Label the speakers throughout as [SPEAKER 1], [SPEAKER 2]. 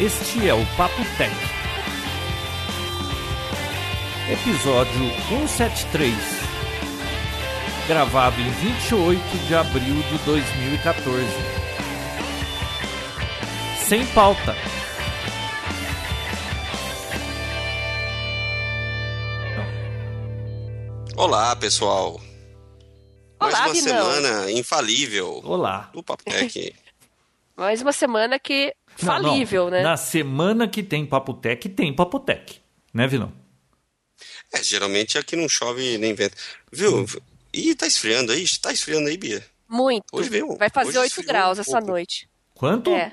[SPEAKER 1] Este é o Papo Tech. Episódio 173. Gravado em 28 de abril de 2014. Sem pauta.
[SPEAKER 2] Olá, pessoal.
[SPEAKER 3] Olá,
[SPEAKER 2] Mais uma
[SPEAKER 3] Vinão.
[SPEAKER 2] semana infalível
[SPEAKER 1] Olá.
[SPEAKER 2] do Papo Tech.
[SPEAKER 3] Mais uma semana que
[SPEAKER 1] Não, não.
[SPEAKER 3] falível, né?
[SPEAKER 1] Na semana que tem Papo Tech, tem Papo Tech. Né, Vinão?
[SPEAKER 2] é, geralmente aqui não chove nem vento.
[SPEAKER 1] Hum.
[SPEAKER 2] Viu? Ih, tá esfriando aí? Tá esfriando aí, Bia?
[SPEAKER 3] Muito.
[SPEAKER 2] Hoje veio- um.
[SPEAKER 3] vai fazer
[SPEAKER 2] hoje
[SPEAKER 3] 8
[SPEAKER 2] esfriou
[SPEAKER 3] graus
[SPEAKER 2] um
[SPEAKER 3] essa
[SPEAKER 2] pouco.
[SPEAKER 3] noite.
[SPEAKER 1] Quanto?
[SPEAKER 3] É.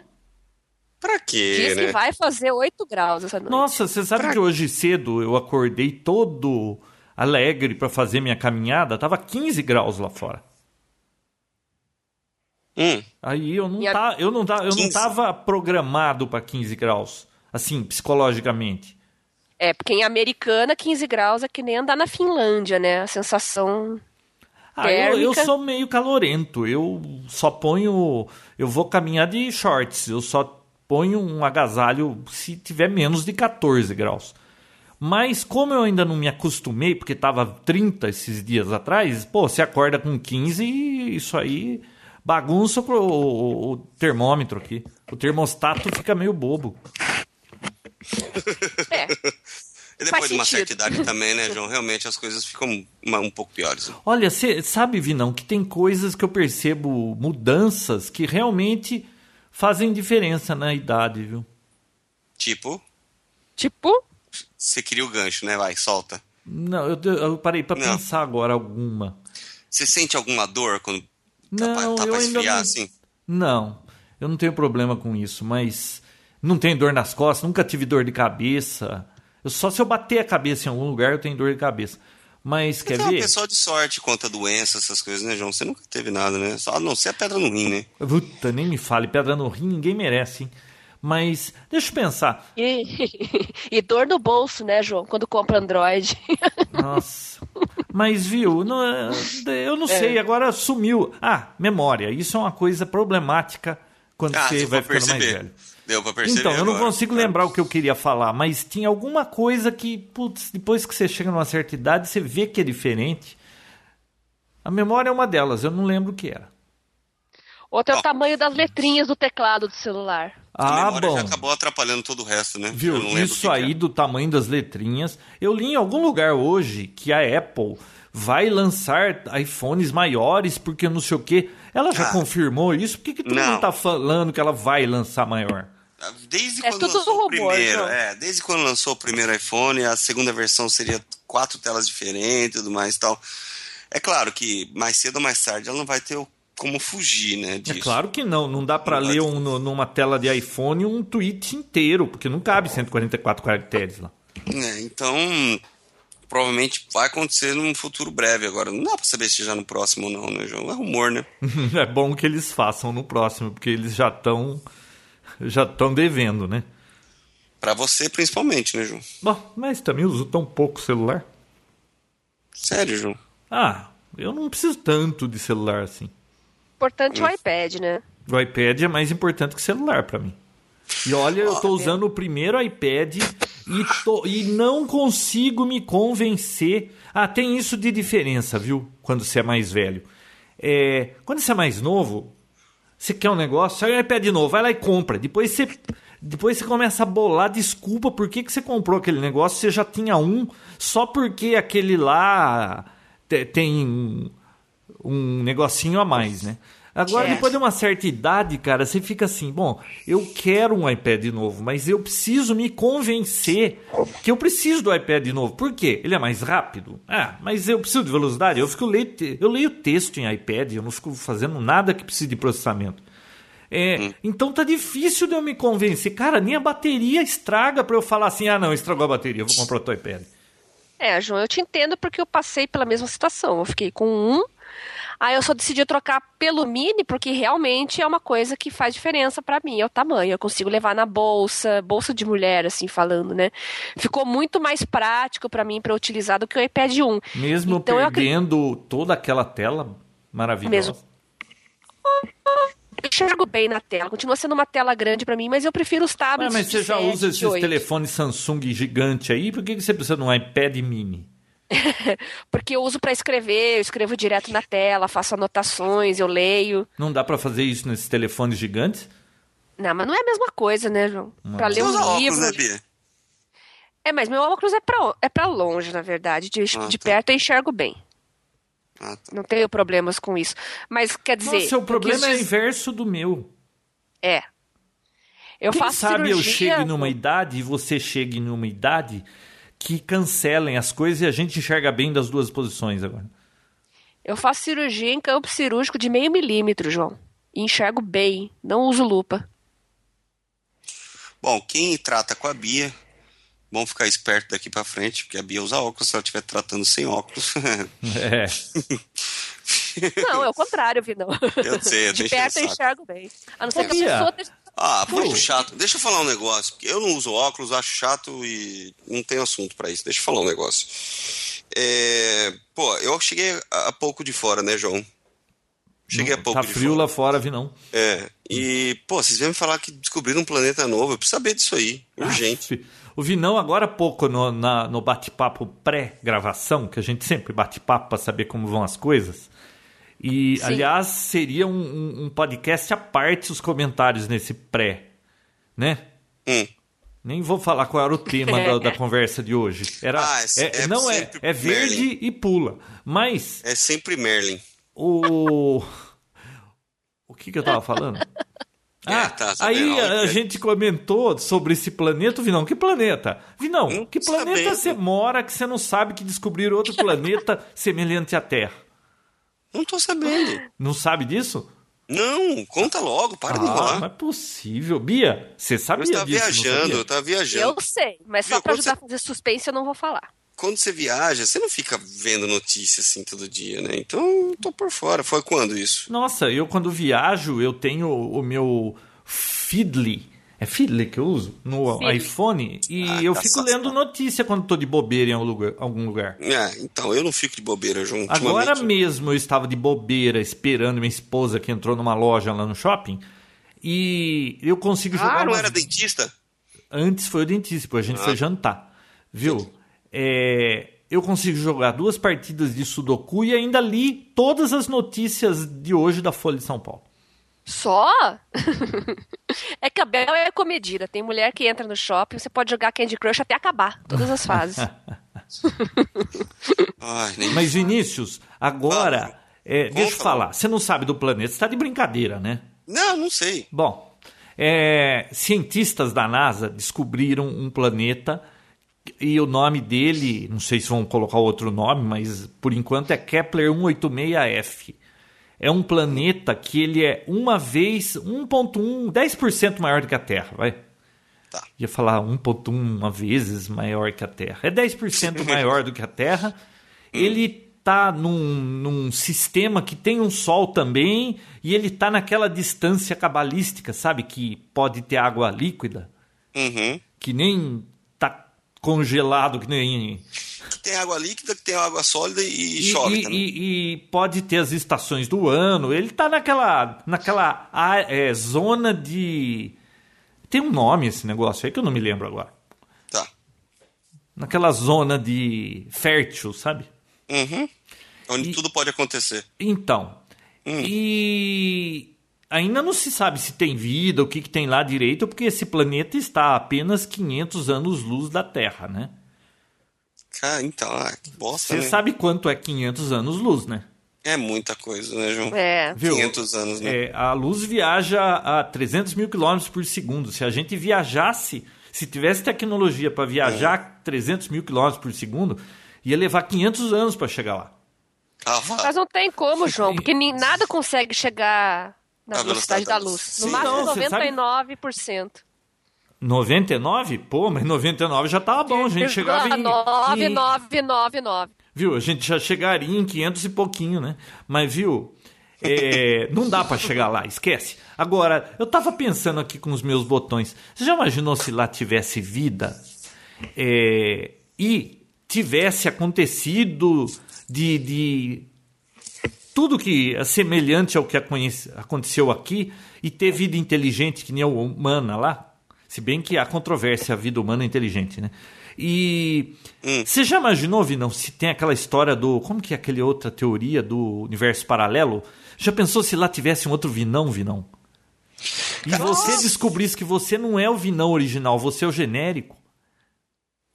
[SPEAKER 2] Pra quê,
[SPEAKER 3] Diz
[SPEAKER 2] né?
[SPEAKER 3] que vai fazer 8 graus essa noite.
[SPEAKER 1] Nossa, você sabe que hoje cedo eu acordei todo alegre pra fazer minha caminhada? Tava 15 graus lá fora.
[SPEAKER 2] Hum,
[SPEAKER 1] Aí eu não,
[SPEAKER 3] E a-
[SPEAKER 1] tá, eu não, tá, eu não
[SPEAKER 2] 15?
[SPEAKER 1] tava programado pra 15 graus, assim, psicologicamente.
[SPEAKER 3] É, porque em americana, 15 graus é que nem andar na Finlândia, né? A sensação.
[SPEAKER 1] Ah, eu, eu
[SPEAKER 3] Térmica.
[SPEAKER 1] sou meio calorento, eu só ponho. Eu vou caminhar de shorts, eu só ponho um agasalho se tiver menos de 14 graus. Mas como eu ainda não me acostumei, porque tava 30 esses dias atrás, pô, você acorda com 15 e isso aí bagunça o, o- o termômetro aqui. O termostato fica meio bobo.
[SPEAKER 3] É.
[SPEAKER 2] e depois de uma
[SPEAKER 3] sentido.
[SPEAKER 2] certa idade também, né, João? Realmente as coisas ficam uma- um pouco piores.
[SPEAKER 1] Olha, você sabe, Vinão, que tem coisas que eu percebo, mudanças que realmente fazem diferença na idade, viu?
[SPEAKER 2] Tipo,
[SPEAKER 3] tipo,
[SPEAKER 2] você queria o gancho, né? Vai, solta.
[SPEAKER 1] Não, eu, eu parei pra
[SPEAKER 2] Não.
[SPEAKER 1] pensar agora alguma.
[SPEAKER 2] Você sente alguma dor quando tá
[SPEAKER 1] Não,
[SPEAKER 2] pra- tá,
[SPEAKER 1] eu
[SPEAKER 2] pra
[SPEAKER 1] ainda
[SPEAKER 2] esfriar,
[SPEAKER 1] não-
[SPEAKER 2] assim?
[SPEAKER 1] Não, eu não tenho problema com isso, mas não tenho dor nas costas, nunca tive dor de cabeça. Eu, só se eu bater a cabeça em algum lugar eu tenho dor de cabeça. Mas
[SPEAKER 2] Você
[SPEAKER 1] quer
[SPEAKER 2] é uma
[SPEAKER 1] ver?
[SPEAKER 2] pessoa de sorte contra doença, essas coisas, né, João? Você nunca teve nada, né? Só a não ser a pedra no rim, né?
[SPEAKER 1] Puta, nem me fale, pedra no rim ninguém merece, hein? Mas deixa eu pensar.
[SPEAKER 3] e, e dor no bolso, né, João? Quando compra Android.
[SPEAKER 1] Nossa. Mas viu, não é- eu não sei, agora sumiu. Ah, memória. Isso é uma coisa problemática quando
[SPEAKER 2] Ah,
[SPEAKER 1] você
[SPEAKER 2] deu
[SPEAKER 1] vai
[SPEAKER 2] pra
[SPEAKER 1] ficando mais
[SPEAKER 2] perceber.
[SPEAKER 1] velho.
[SPEAKER 2] Deu pra perceber.
[SPEAKER 1] Então, eu não
[SPEAKER 2] agora. É. Tá.
[SPEAKER 1] consigo lembrar o que eu queria falar, mas tinha alguma coisa que, putz, depois que você chega numa certa idade, você vê que é diferente. A memória é uma delas, eu não lembro o que era.
[SPEAKER 3] Outro é
[SPEAKER 2] Ó.
[SPEAKER 3] o tamanho das letrinhas do teclado do celular.
[SPEAKER 2] A
[SPEAKER 1] Ah,
[SPEAKER 2] memória
[SPEAKER 1] bom.
[SPEAKER 2] já acabou atrapalhando todo o resto, né?
[SPEAKER 1] Viu?
[SPEAKER 2] Eu não lembro o que
[SPEAKER 1] Isso
[SPEAKER 2] que
[SPEAKER 1] aí
[SPEAKER 2] é.
[SPEAKER 1] do tamanho das letrinhas. Eu li em algum lugar hoje que a Apple vai lançar iPhones maiores porque não sei o quê. Ela já
[SPEAKER 2] Ah.
[SPEAKER 1] confirmou isso? Por que, que todo
[SPEAKER 2] Não.
[SPEAKER 1] mundo tá falando que ela vai lançar maior?
[SPEAKER 2] Desde
[SPEAKER 3] É
[SPEAKER 2] quando
[SPEAKER 3] tudo então.
[SPEAKER 2] lançou o
[SPEAKER 3] rumor,
[SPEAKER 2] primeiro,
[SPEAKER 3] João.
[SPEAKER 2] é, desde quando lançou o primeiro iPhone, a segunda versão seria quatro telas diferentes, tudo mais e tal. É claro que mais cedo ou mais tarde ela não vai ter o- como fugir, né, disso.
[SPEAKER 1] É claro que não. Não dá pra
[SPEAKER 2] Não
[SPEAKER 1] ler
[SPEAKER 2] dá.
[SPEAKER 1] um, no- numa tela de iPhone um tweet inteiro, porque não cabe 144 caracteres lá.
[SPEAKER 2] É, então, provavelmente vai acontecer num futuro breve agora. Não dá pra saber se já no próximo ou não, né, João? É rumor, né?
[SPEAKER 1] é bom que eles façam no próximo, porque eles já estão já estão devendo, né?
[SPEAKER 2] Pra você, principalmente, né, João?
[SPEAKER 1] Bom, mas também uso tão pouco celular.
[SPEAKER 2] Sério, João?
[SPEAKER 1] Ah, eu não preciso tanto de celular assim.
[SPEAKER 3] Importante
[SPEAKER 2] Hum.
[SPEAKER 3] é o iPad, né?
[SPEAKER 1] O iPad é mais importante que celular pra mim. E olha, eu tô usando o primeiro iPad e, tô- e não consigo me convencer. Ah, tem isso de diferença, viu? Quando você é mais velho. É, quando você é mais novo, você quer um negócio, sai o iPad novo, vai lá e compra. Depois você, depois você começa a bolar desculpa por que, que você comprou aquele negócio, você já tinha um, só porque aquele lá te- tem um- um negocinho a mais, né? Agora,
[SPEAKER 3] É.
[SPEAKER 1] depois de uma certa idade, cara, você fica assim, bom, eu quero um iPad novo, mas eu preciso me convencer que eu preciso do iPad novo. Por quê? Ele é mais rápido. Ah, mas eu preciso de velocidade. Eu fico leio, te- eu leio texto em iPad, eu não fico fazendo nada que precise de processamento. É,
[SPEAKER 3] Hum.
[SPEAKER 1] Então tá difícil de eu me convencer. Cara, nem a bateria estraga pra eu falar assim, ah não, estragou a bateria, eu vou comprar outro iPad.
[SPEAKER 3] É, João, eu te entendo porque eu passei pela mesma situação. Eu fiquei com um, aí eu só decidi trocar pelo mini porque realmente é uma coisa que faz diferença pra mim, é o tamanho. Eu consigo levar na bolsa, bolsa de mulher, assim falando, né? Ficou muito mais prático pra mim pra eu utilizar do que o iPad 1.
[SPEAKER 1] Mesmo
[SPEAKER 3] Então eu acredito-
[SPEAKER 1] perdendo toda aquela tela maravilhosa.
[SPEAKER 3] Mesmo enxergo bem na tela. Continua sendo uma tela grande para mim, mas eu prefiro os
[SPEAKER 1] Ué,
[SPEAKER 3] tablets.
[SPEAKER 1] mas
[SPEAKER 3] de
[SPEAKER 1] você já
[SPEAKER 3] 7,
[SPEAKER 1] usa
[SPEAKER 3] de
[SPEAKER 1] esses
[SPEAKER 3] 8.
[SPEAKER 1] telefones Samsung gigante aí? Por que que você precisa de um iPad mini?
[SPEAKER 3] Porque eu uso para escrever, eu escrevo direto na tela, faço anotações, eu leio.
[SPEAKER 1] Não dá pra fazer isso nesses telefones gigantes?
[SPEAKER 3] Não, mas não é a mesma coisa, né, João? Pra
[SPEAKER 2] Você
[SPEAKER 3] ler
[SPEAKER 2] usa
[SPEAKER 3] um
[SPEAKER 2] óculos,
[SPEAKER 3] livro.
[SPEAKER 2] né, Bia?
[SPEAKER 3] é, mas meu óculos é pra, é pra longe, na verdade. De,
[SPEAKER 2] Ah,
[SPEAKER 3] de
[SPEAKER 2] tá.
[SPEAKER 3] perto eu enxergo bem.
[SPEAKER 2] Ah, tá.
[SPEAKER 3] Não tenho problemas com isso. Mas quer dizer.
[SPEAKER 1] Nossa, o
[SPEAKER 3] eu
[SPEAKER 1] problema é
[SPEAKER 3] quis
[SPEAKER 1] o
[SPEAKER 3] dizer-
[SPEAKER 1] inverso do meu.
[SPEAKER 3] é. Eu
[SPEAKER 1] Quem
[SPEAKER 3] faço
[SPEAKER 1] sabe eu
[SPEAKER 3] cirurgia-
[SPEAKER 1] chegue numa idade e você chegue numa idade que cancelem as coisas e a gente enxerga bem das duas posições agora.
[SPEAKER 3] Eu faço cirurgia em campo cirúrgico de meio milímetro, João. E enxergo bem, não uso lupa.
[SPEAKER 2] Bom, quem trata com a Bia, bom ficar esperto daqui pra frente, porque a Bia usa óculos, se ela estiver tratando sem óculos.
[SPEAKER 1] É.
[SPEAKER 3] Não, é o contrário, Vinão.
[SPEAKER 2] Eu sei, eu tô
[SPEAKER 3] De
[SPEAKER 2] enchendo
[SPEAKER 3] perto eu
[SPEAKER 2] o saco.
[SPEAKER 3] enxergo bem. A não ser que a
[SPEAKER 1] Sabia?
[SPEAKER 3] pessoa esteja
[SPEAKER 2] Ah, muito
[SPEAKER 1] Pô.
[SPEAKER 2] chato. Deixa eu falar um negócio. porque Eu não uso óculos, acho chato e não tenho assunto pra isso. Deixa eu falar um negócio. É, Pô, eu cheguei há pouco de fora, né, João? Cheguei há pouco
[SPEAKER 1] tá
[SPEAKER 2] de
[SPEAKER 1] frio
[SPEAKER 2] fora.
[SPEAKER 1] lá fora, vi não.
[SPEAKER 2] É. E, pô, vocês vêm me falar que descobriram um planeta novo. Eu preciso saber disso aí.
[SPEAKER 1] Ah.
[SPEAKER 2] Urgente.
[SPEAKER 1] O Vinão, agora há pouco, no, na- no bate-papo pré-gravação, que a gente sempre bate papo para saber como vão as coisas. E,
[SPEAKER 3] Sim.
[SPEAKER 1] aliás, seria um, um- um podcast à parte os comentários nesse pré, né?
[SPEAKER 2] Hum.
[SPEAKER 1] Nem vou falar qual era o tema da, da conversa de hoje. Era,
[SPEAKER 2] Ah, é-
[SPEAKER 1] é-
[SPEAKER 2] é
[SPEAKER 1] não é,
[SPEAKER 2] sempre
[SPEAKER 1] é verde
[SPEAKER 2] Merlin.
[SPEAKER 1] e pula. Mas
[SPEAKER 2] É sempre Merlin.
[SPEAKER 1] o. O que, que eu tava falando?
[SPEAKER 2] É,
[SPEAKER 1] Ah,
[SPEAKER 2] tá, sabe
[SPEAKER 1] aí
[SPEAKER 2] aonde
[SPEAKER 1] a,
[SPEAKER 2] é?
[SPEAKER 1] gente comentou sobre esse planeta, Vinão. Que planeta? Vinão,
[SPEAKER 2] Não
[SPEAKER 1] que planeta
[SPEAKER 2] sabendo.
[SPEAKER 1] você mora que você não sabe que descobriram outro planeta semelhante à Terra?
[SPEAKER 2] Não tô sabendo.
[SPEAKER 1] Não sabe disso?
[SPEAKER 2] Não, conta logo, para de
[SPEAKER 1] Ah,
[SPEAKER 2] enrolar.
[SPEAKER 1] não é possível. Bia, você sabia
[SPEAKER 2] Você tá
[SPEAKER 1] disso? não
[SPEAKER 2] viajando,
[SPEAKER 1] sabia?
[SPEAKER 2] tá viajando.
[SPEAKER 3] Eu sei, mas só
[SPEAKER 2] Viu,
[SPEAKER 3] pra
[SPEAKER 2] quando
[SPEAKER 3] ajudar a fazer suspense eu não vou falar.
[SPEAKER 2] Quando você viaja, você não fica vendo notícia assim todo dia, né? Então, eu tô por fora. Foi quando isso?
[SPEAKER 1] Nossa, eu quando viajo, eu tenho o meu Feedly. É Feedly que eu uso no
[SPEAKER 3] Feedly.
[SPEAKER 1] iPhone e
[SPEAKER 2] Ah,
[SPEAKER 1] eu
[SPEAKER 2] tá
[SPEAKER 1] fico
[SPEAKER 2] só-
[SPEAKER 1] lendo notícia quando tô de bobeira em algum lugar- algum lugar.
[SPEAKER 2] É, então, eu não fico de bobeira, João.
[SPEAKER 1] Agora
[SPEAKER 2] Ultimamente,
[SPEAKER 1] mesmo eu estava de bobeira esperando minha esposa que entrou numa loja lá no shopping e eu consigo jogar.
[SPEAKER 2] Ah, não
[SPEAKER 1] umas-
[SPEAKER 2] era Ah. dentista?
[SPEAKER 1] Antes foi o dentista, depois a gente foi jantar. Viu? É, eu consigo jogar duas partidas de Sudoku e ainda li todas as notícias de hoje da Folha de São Paulo.
[SPEAKER 3] Só? é que a Bel é comedida. Tem mulher que entra no shopping, você pode jogar Candy Crush até acabar, todas as fases.
[SPEAKER 2] Ai, nem...
[SPEAKER 1] Mas Vinícius, agora, é,
[SPEAKER 2] Conta,
[SPEAKER 1] deixa eu falar.
[SPEAKER 2] mano.
[SPEAKER 1] Você não sabe do planeta, você está de brincadeira, né?
[SPEAKER 2] Não, não sei.
[SPEAKER 1] Bom, é, cientistas da NASA descobriram um planeta e o nome dele, não sei se vão colocar outro nome, mas por enquanto é Kepler 186f. É um planeta que ele é uma vez 1.1, 10% maior do que a Terra, vai.
[SPEAKER 2] Tá.
[SPEAKER 1] Ia falar 1.1 vezes maior que a Terra. É 10% maior do que a Terra. Ele tá num, num sistema que tem um Sol também e ele tá naquela distância cabalística, sabe? Que pode ter água líquida,
[SPEAKER 2] Uhum.
[SPEAKER 1] que nem tá congelado, que nem...
[SPEAKER 2] Que tem água líquida, que tem água sólida e,
[SPEAKER 1] E,
[SPEAKER 2] chove
[SPEAKER 1] e-
[SPEAKER 2] também.
[SPEAKER 1] e- e pode ter as estações do ano. Ele tá naquela, naquela a- é, zona de... Tem um nome esse negócio aí que eu não me lembro agora.
[SPEAKER 2] Tá.
[SPEAKER 1] naquela zona de fértil, sabe?
[SPEAKER 2] Uhum. Onde tudo pode acontecer.
[SPEAKER 1] Então, e ainda não se sabe se tem vida, o que, que tem lá direito, porque esse planeta está a apenas 500 anos-luz da Terra, né?
[SPEAKER 2] Cara, então, ah, que bosta,
[SPEAKER 1] Você
[SPEAKER 2] né?
[SPEAKER 1] sabe quanto é 500 anos-luz, né?
[SPEAKER 2] É muita coisa, né, João?
[SPEAKER 3] É.
[SPEAKER 1] Viu?
[SPEAKER 2] 500 anos, né?
[SPEAKER 1] É, a luz viaja a 300 mil quilômetros por segundo. Se a gente viajasse, se tivesse tecnologia para viajar 300 mil quilômetros por segundo, ia levar 500 anos para chegar lá.
[SPEAKER 2] Cavalo.
[SPEAKER 3] Mas não tem como, João, porque nem, nada consegue chegar na
[SPEAKER 2] Na
[SPEAKER 3] velocidade da luz. No
[SPEAKER 2] Sim.
[SPEAKER 1] Não,
[SPEAKER 3] máximo
[SPEAKER 1] você sabe-
[SPEAKER 3] 99%.
[SPEAKER 1] 99? Pô, mas 99 já tava bom, a gente chegava em... em-
[SPEAKER 3] 9999.
[SPEAKER 1] Viu, a gente já chegaria em 500 e pouquinho, né? Mas, viu, é, não dá pra chegar lá, esquece. Agora, eu tava pensando aqui com os meus botões. Você já imaginou se lá tivesse vida é, e tivesse acontecido de, de tudo que é semelhante ao que aconhece- aconteceu aqui e ter vida inteligente que nem a humana lá, se bem que há controvérsia a vida humana é inteligente, né? E você já imaginou, Vinão, se tem aquela história do. Como que é aquele outra teoria do universo paralelo? Já pensou se lá tivesse um outro Vinão, Vinão? E você descobrisse que você não é o Vinão original, você é o genérico?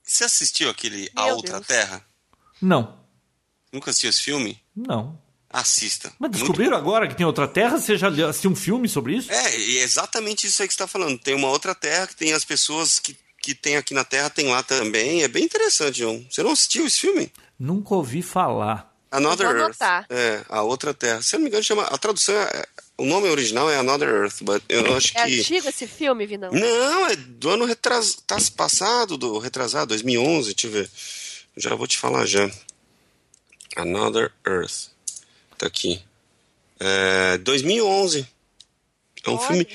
[SPEAKER 2] Você assistiu aquele A
[SPEAKER 3] Meu
[SPEAKER 2] Outra
[SPEAKER 3] Deus.
[SPEAKER 2] Terra?
[SPEAKER 1] Não,
[SPEAKER 2] Nunca assistiu esse filme?
[SPEAKER 1] não.
[SPEAKER 2] Assista.
[SPEAKER 1] Mas
[SPEAKER 2] Muito
[SPEAKER 1] descobriram agora que tem outra terra? Você já assistiu um filme sobre isso?
[SPEAKER 2] É, e é exatamente isso aí que você está falando. Tem uma outra terra que tem as pessoas que, que tem aqui na Terra, tem lá também. É bem interessante, João. Você não assistiu esse filme?
[SPEAKER 1] Nunca ouvi falar.
[SPEAKER 2] Another
[SPEAKER 3] Eu vou
[SPEAKER 2] Earth.
[SPEAKER 3] anotar.
[SPEAKER 2] É, a outra terra. Se eu não me engano, chama. A tradução é. O nome original é Another Earth, but eu acho
[SPEAKER 3] É
[SPEAKER 2] que.
[SPEAKER 3] antigo esse filme, Vinão?
[SPEAKER 2] Não, é do ano retras... tá passado, do retrasado, 2011, deixa eu ver. Já vou te falar já. Another Earth. Tá aqui. É, 2011. É um
[SPEAKER 3] Olha.
[SPEAKER 2] filme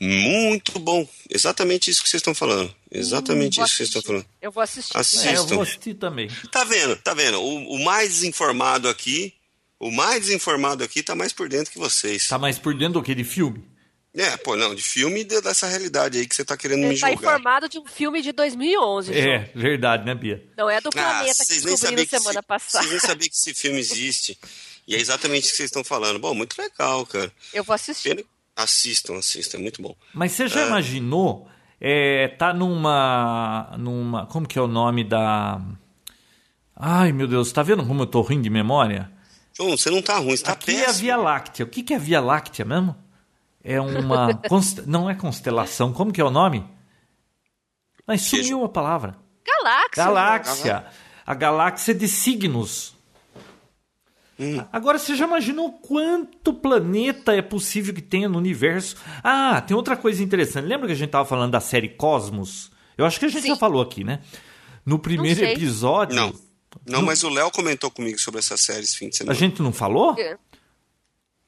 [SPEAKER 2] muito bom. Exatamente isso que vocês estão falando. Exatamente
[SPEAKER 3] Hum, Vou
[SPEAKER 2] isso que vocês estão
[SPEAKER 3] assistir.
[SPEAKER 2] falando.
[SPEAKER 3] Eu vou assistir.
[SPEAKER 1] É,
[SPEAKER 2] Assista.
[SPEAKER 1] eu
[SPEAKER 2] Assistam.
[SPEAKER 1] vou assistir também.
[SPEAKER 2] Tá vendo, tá vendo. O, o mais desinformado aqui, o mais desinformado aqui tá mais por dentro que vocês.
[SPEAKER 1] Tá mais por dentro do que de filme?
[SPEAKER 2] É, pô, não, de filme e de- dessa realidade aí que você tá querendo me
[SPEAKER 3] Ele tá
[SPEAKER 2] julgar.
[SPEAKER 3] informado de um filme de 2011. João.
[SPEAKER 1] É, verdade, né, Bia?
[SPEAKER 3] Não é do planeta que
[SPEAKER 2] Ah, vocês nem
[SPEAKER 3] descobrimos
[SPEAKER 2] sabiam que
[SPEAKER 3] semana
[SPEAKER 2] esse-
[SPEAKER 3] passada.
[SPEAKER 2] Vocês nem sabiam que esse filme existe. E é exatamente isso que vocês estão falando. Bom, muito legal, cara.
[SPEAKER 3] Eu vou assistir.
[SPEAKER 2] Pena- Assistam, assistam, é muito bom.
[SPEAKER 1] Mas você já imaginou é, tá numa numa como que é o nome da Ai, meu Deus, tá vendo como eu tô ruim de memória?
[SPEAKER 2] João, você não tá ruim, você tá
[SPEAKER 1] Aqui é a
[SPEAKER 2] péssimo.
[SPEAKER 1] Via Láctea. O que que é Via Láctea mesmo? É uma const- não é constelação, como que é o nome? Mas sumiu a palavra.
[SPEAKER 3] Galáxia.
[SPEAKER 1] Galáxia. né? A galáxia de signos. Agora você já imaginou quanto planeta é possível que tenha no universo? Ah, tem outra coisa interessante. Lembra que a gente tava falando da série Cosmos? Eu acho que a gente
[SPEAKER 3] Sim.
[SPEAKER 1] já falou aqui, né? No primeiro
[SPEAKER 3] sei.
[SPEAKER 1] episódio.
[SPEAKER 2] Não. Não, mas o Léo comentou comigo sobre essa série esse fim de
[SPEAKER 1] A
[SPEAKER 2] semana.
[SPEAKER 1] gente não falou?
[SPEAKER 3] É.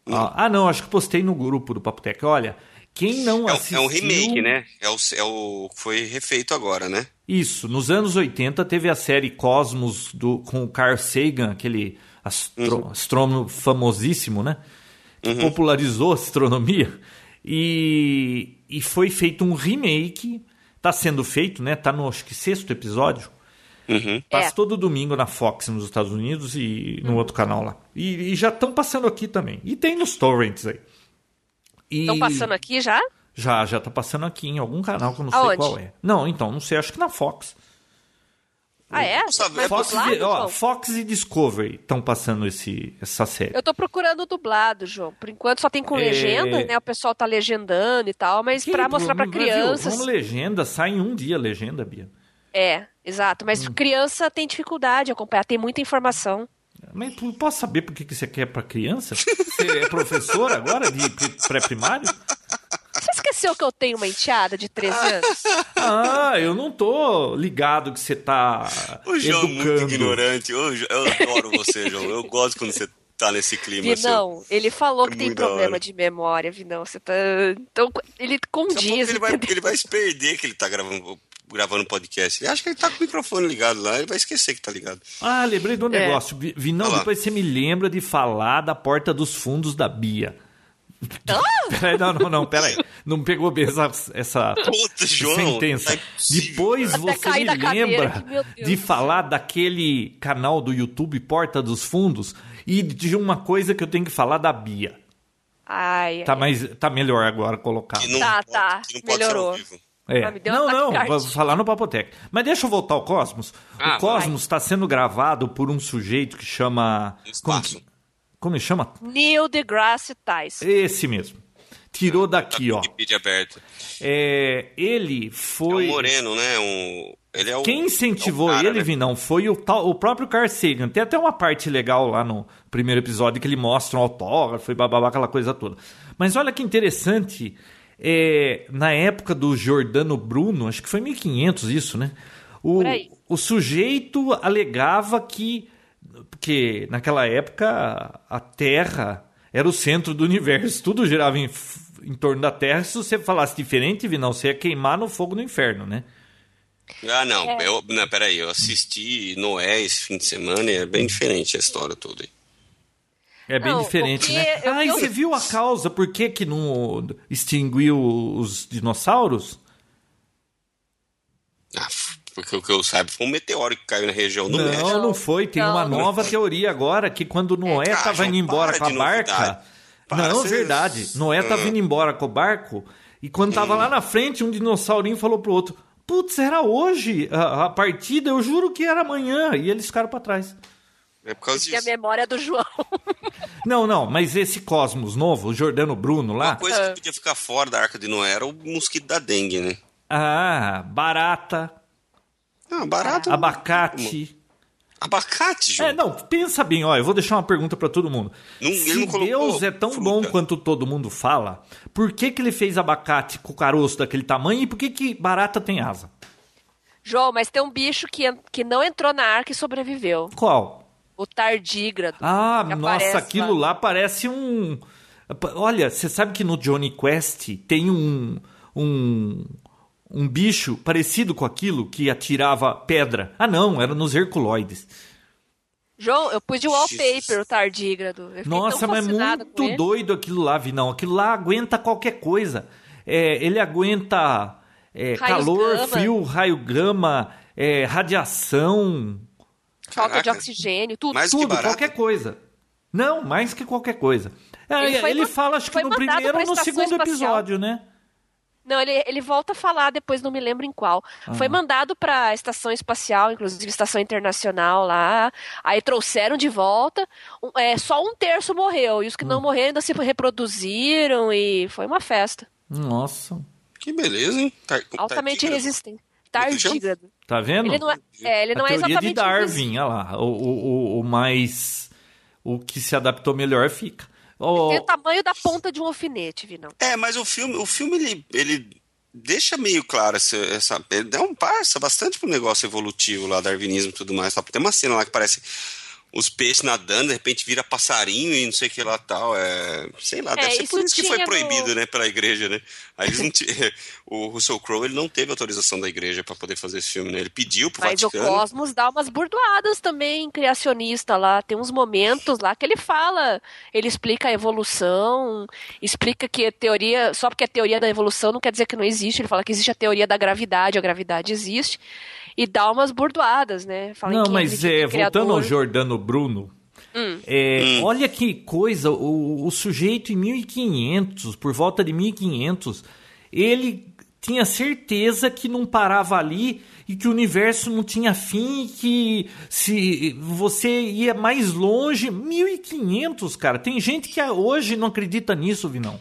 [SPEAKER 1] Ah, ah, não, acho que postei no grupo do Papoteca. Olha, quem não
[SPEAKER 2] É, um-
[SPEAKER 1] assistiu.
[SPEAKER 2] é um remake, né? É o, é o. Foi refeito agora, né?
[SPEAKER 1] Isso, nos anos 80 teve a série Cosmos do, com o Carl Sagan, aquele astro-
[SPEAKER 3] Uhum.
[SPEAKER 1] astrônomo famosíssimo, né? Que popularizou a astronomia. E, e foi feito um remake, tá sendo feito, né? Tá no acho que sexto episódio.
[SPEAKER 2] Uhum.
[SPEAKER 1] Passa
[SPEAKER 3] É. Uhum.
[SPEAKER 1] todo domingo na Fox nos Estados Unidos e no outro canal lá. E, e já estão passando aqui também. E tem nos torrents aí.
[SPEAKER 3] Estão passando aqui já?
[SPEAKER 1] Já, já tá passando aqui em algum canal que eu não sei
[SPEAKER 3] Aonde?
[SPEAKER 1] qual é. Não, então, não sei, acho que na Fox.
[SPEAKER 3] Ah, é?
[SPEAKER 2] Sabe,
[SPEAKER 3] Mas então?
[SPEAKER 2] é
[SPEAKER 1] Fox,
[SPEAKER 3] dublado,
[SPEAKER 1] e, ó,
[SPEAKER 3] João?
[SPEAKER 1] Fox e Discovery estão passando esse, essa série.
[SPEAKER 3] Eu tô procurando dublado, João. Por enquanto só tem com
[SPEAKER 1] É.
[SPEAKER 3] legenda, né? O pessoal tá legendando e tal, mas pra mostrar pra
[SPEAKER 1] Mas,
[SPEAKER 3] crianças.
[SPEAKER 1] Viu, como legenda, sai em um dia a legenda, Bia.
[SPEAKER 3] É, exato. Mas
[SPEAKER 2] Hum.
[SPEAKER 3] criança tem dificuldade de acompanhar, tem muita informação.
[SPEAKER 1] Mas eu posso saber por que que você quer pra criança? Você é professor agora de pri- pré-primário?
[SPEAKER 3] Você esqueceu que eu tenho uma enteada de 13 anos?
[SPEAKER 1] Ah, eu não tô ligado que você tá
[SPEAKER 2] O João é muito
[SPEAKER 1] educando.
[SPEAKER 2] ignorante. Eu, eu adoro você, João. Eu gosto quando você tá nesse clima. seu.
[SPEAKER 3] Vinão, ele falou
[SPEAKER 2] É
[SPEAKER 3] que tem
[SPEAKER 2] muito da
[SPEAKER 3] problema
[SPEAKER 2] hora.
[SPEAKER 3] de memória, Vinão. Você tá. Então, ele
[SPEAKER 2] Daqui a pouco
[SPEAKER 3] condiz.
[SPEAKER 2] ele vai,
[SPEAKER 3] entendeu?
[SPEAKER 2] ele vai se perder que ele tá gravando gravando podcast. Ele acha que ele tá com o microfone ligado lá, ele vai esquecer que tá ligado.
[SPEAKER 1] Ah, lembrei de um
[SPEAKER 3] É.
[SPEAKER 1] negócio. Vi- Vinão,
[SPEAKER 2] Olha lá.
[SPEAKER 1] depois você me lembra de falar da porta dos fundos da Bia. Peraí, não, não, não, peraí. Não pegou bem essa, essa
[SPEAKER 2] Puta, João,
[SPEAKER 1] sentença.
[SPEAKER 2] não é possível.
[SPEAKER 1] Depois
[SPEAKER 3] Até
[SPEAKER 1] você
[SPEAKER 3] caí
[SPEAKER 1] me
[SPEAKER 3] da cadeira
[SPEAKER 1] lembra
[SPEAKER 3] aqui, meu Deus.
[SPEAKER 1] de falar daquele canal do YouTube Porta dos Fundos e de uma coisa que eu tenho que falar da Bia.
[SPEAKER 3] Ai,
[SPEAKER 1] Tá, mais, tá melhor agora colocar.
[SPEAKER 2] Que não
[SPEAKER 3] Tá,
[SPEAKER 2] pode-
[SPEAKER 3] tá,
[SPEAKER 2] que não pode ser
[SPEAKER 3] melhorou.
[SPEAKER 2] ao vivo.
[SPEAKER 1] É.
[SPEAKER 3] Mas me deu um
[SPEAKER 1] não,
[SPEAKER 3] ataque
[SPEAKER 1] não,
[SPEAKER 3] cardíaco.
[SPEAKER 1] vou falar no Papotec. Mas deixa eu voltar ao Cosmos.
[SPEAKER 2] Ah,
[SPEAKER 1] o Cosmos está sendo gravado por um sujeito que chama. Como,
[SPEAKER 2] Espaço.
[SPEAKER 1] como ele chama?
[SPEAKER 3] Neil deGrasse Tyson.
[SPEAKER 1] Esse mesmo. Tirou
[SPEAKER 2] Tá
[SPEAKER 1] daqui,
[SPEAKER 2] com
[SPEAKER 1] ó.
[SPEAKER 2] Wikipedia aberta.
[SPEAKER 1] É, ele foi.
[SPEAKER 2] É o Moreno, né? Um, ele é o,
[SPEAKER 1] Quem incentivou
[SPEAKER 2] é o cara,
[SPEAKER 1] ele,
[SPEAKER 2] né?
[SPEAKER 1] Vinão, foi o, tal- o próprio Carl Sagan. Tem até uma parte legal lá no primeiro episódio que ele mostra um autógrafo e bababá, aquela coisa toda. Mas olha que interessante, é, na época do Giordano Bruno, acho que foi 1500 isso, né? O,
[SPEAKER 3] Por aí.
[SPEAKER 1] o sujeito alegava que, porque naquela época a Terra era o centro do universo, tudo girava em, f- em torno da Terra. Se você falasse diferente, Vinão, você ia queimar no fogo do inferno, né?
[SPEAKER 2] Ah, não,
[SPEAKER 3] É.
[SPEAKER 2] eu, não, peraí, eu assisti Noé esse fim de semana e é bem diferente a história toda. aí.
[SPEAKER 1] É bem
[SPEAKER 3] Não,
[SPEAKER 1] diferente,
[SPEAKER 3] porque
[SPEAKER 1] né?
[SPEAKER 3] eu-
[SPEAKER 1] ah, e
[SPEAKER 3] eu-
[SPEAKER 1] você viu a causa? Por que que não extinguiu os dinossauros?
[SPEAKER 2] Ah, f- porque o que eu saiba foi um meteoro que caiu na região do
[SPEAKER 1] não,
[SPEAKER 2] México.
[SPEAKER 1] não, foi. Tem
[SPEAKER 3] Não.
[SPEAKER 1] uma nova teoria agora que quando Noé
[SPEAKER 2] Ah,
[SPEAKER 1] estava
[SPEAKER 2] João,
[SPEAKER 1] indo embora
[SPEAKER 2] para
[SPEAKER 1] com a
[SPEAKER 2] de
[SPEAKER 1] barca.
[SPEAKER 2] novidade. Para,
[SPEAKER 1] não,
[SPEAKER 2] vocês-
[SPEAKER 1] verdade. Noé estava indo embora com o barco e quando estava lá na frente, um dinossaurinho falou pro outro: Putz, era hoje a, a partida, eu juro que era amanhã. E eles ficaram para trás.
[SPEAKER 2] É por causa
[SPEAKER 3] Que é a
[SPEAKER 2] disso.
[SPEAKER 3] memória do João.
[SPEAKER 1] Não, não, mas esse Cosmos novo, o Jordano Bruno lá.
[SPEAKER 2] Uma coisa que podia ficar fora da Arca de Noé era o mosquito da dengue, né?
[SPEAKER 1] Ah, barata,
[SPEAKER 2] Ah, barato. né?
[SPEAKER 1] abacate.
[SPEAKER 2] Abacate, João.
[SPEAKER 1] É, não, pensa bem, ó, eu vou deixar uma pergunta pra todo mundo.
[SPEAKER 2] Não- ele
[SPEAKER 1] Se
[SPEAKER 2] não colocou
[SPEAKER 1] Deus é tão
[SPEAKER 2] fruta.
[SPEAKER 1] bom quanto todo mundo fala, por que que ele fez abacate com caroço daquele tamanho e por que que barata tem asa?
[SPEAKER 3] João, mas tem um bicho que, en- que não entrou na arca e sobreviveu.
[SPEAKER 1] Qual?
[SPEAKER 3] O tardígrado.
[SPEAKER 1] Ah,
[SPEAKER 3] que aparece
[SPEAKER 1] nossa, aquilo lá. parece um Olha, você sabe que no Johnny Quest tem um um um bicho parecido com aquilo que atirava pedra. Ah, não, era nos Herculoides.
[SPEAKER 3] João, eu pus de wallpaper
[SPEAKER 2] Jesus.
[SPEAKER 3] o tardígrado. Eu fiquei
[SPEAKER 1] Nossa,
[SPEAKER 3] tão
[SPEAKER 1] mas é
[SPEAKER 3] fascinada com
[SPEAKER 1] muito
[SPEAKER 3] ele.
[SPEAKER 1] doido aquilo lá, Vinão. Aquilo lá aguenta qualquer coisa. É, ele aguenta é,
[SPEAKER 3] Raios
[SPEAKER 1] calor,
[SPEAKER 3] gama.
[SPEAKER 1] frio, raio gama, é, radiação,
[SPEAKER 3] Falta de
[SPEAKER 2] Caraca.
[SPEAKER 3] oxigênio, tudo.
[SPEAKER 2] Mas- Mais que
[SPEAKER 1] tudo,
[SPEAKER 2] barato.
[SPEAKER 1] qualquer coisa. Não, mais que qualquer coisa. É,
[SPEAKER 3] Ele
[SPEAKER 1] ele
[SPEAKER 3] foi ma-
[SPEAKER 1] fala, acho que
[SPEAKER 3] foi
[SPEAKER 1] no
[SPEAKER 3] mandado
[SPEAKER 1] primeiro
[SPEAKER 3] pra
[SPEAKER 1] ou no
[SPEAKER 3] estação
[SPEAKER 1] segundo
[SPEAKER 3] espacial.
[SPEAKER 1] episódio, né?
[SPEAKER 3] Não, ele, ele volta a falar depois, não me lembro em qual.
[SPEAKER 1] Ah.
[SPEAKER 3] Foi mandado pra estação espacial, inclusive estação internacional lá. Aí trouxeram de volta. Um- é, só um terço morreu. E os
[SPEAKER 1] Hum.
[SPEAKER 3] que não morreram ainda se reproduziram e foi uma festa.
[SPEAKER 1] Nossa,
[SPEAKER 2] Que beleza, hein? Tá, Tar- o
[SPEAKER 3] Altamente
[SPEAKER 2] tardígrado.
[SPEAKER 3] resistente. Tardígrado.
[SPEAKER 1] tá vendo?
[SPEAKER 3] Ele não é, é, ele não
[SPEAKER 1] a
[SPEAKER 3] é
[SPEAKER 1] teoria
[SPEAKER 3] exatamente
[SPEAKER 1] de Darwin, olha lá. O, o, o- o mais... O que se adaptou melhor fica.
[SPEAKER 3] um-
[SPEAKER 1] Ó,
[SPEAKER 3] Tem o tamanho da ponta de um alfinete, Vinão.
[SPEAKER 2] É, mas o filme, o filme ele, ele deixa meio claro essa, essa ele dá um parça bastante pro negócio evolutivo lá, darwinismo e tudo mais. Só tem uma cena lá que parece os peixes nadando, de repente vira passarinho e não sei o que lá tal. É, sei lá, deve ser
[SPEAKER 3] isso
[SPEAKER 2] por isso que
[SPEAKER 3] tinha
[SPEAKER 2] foi
[SPEAKER 3] no-
[SPEAKER 2] proibido, né, pela igreja, né? Aí eles não ti- o Russell Crowe ele não teve autorização da igreja pra poder fazer esse filme, né? Ele pediu pro
[SPEAKER 3] Mas
[SPEAKER 2] Vaticano.
[SPEAKER 3] o Cosmos dá umas burdoadas também criacionista lá. Tem uns momentos lá que ele fala, ele explica a evolução, explica que a teoria, só porque a teoria da evolução não quer dizer que não existe. Ele fala que existe a teoria da gravidade, a gravidade existe. E dá umas burdoadas, né? Fala em
[SPEAKER 1] Não,
[SPEAKER 3] que
[SPEAKER 1] mas
[SPEAKER 3] acredita
[SPEAKER 1] é,
[SPEAKER 3] em criador. Hum.
[SPEAKER 1] voltando ao Jordano Bruno, é, olha que coisa, o, o sujeito em 1500, por volta de 1500, ele tinha certeza que não parava ali e que o universo não tinha fim e que se você ia mais longe, 1500, cara. Tem gente que hoje não acredita nisso, Vinão.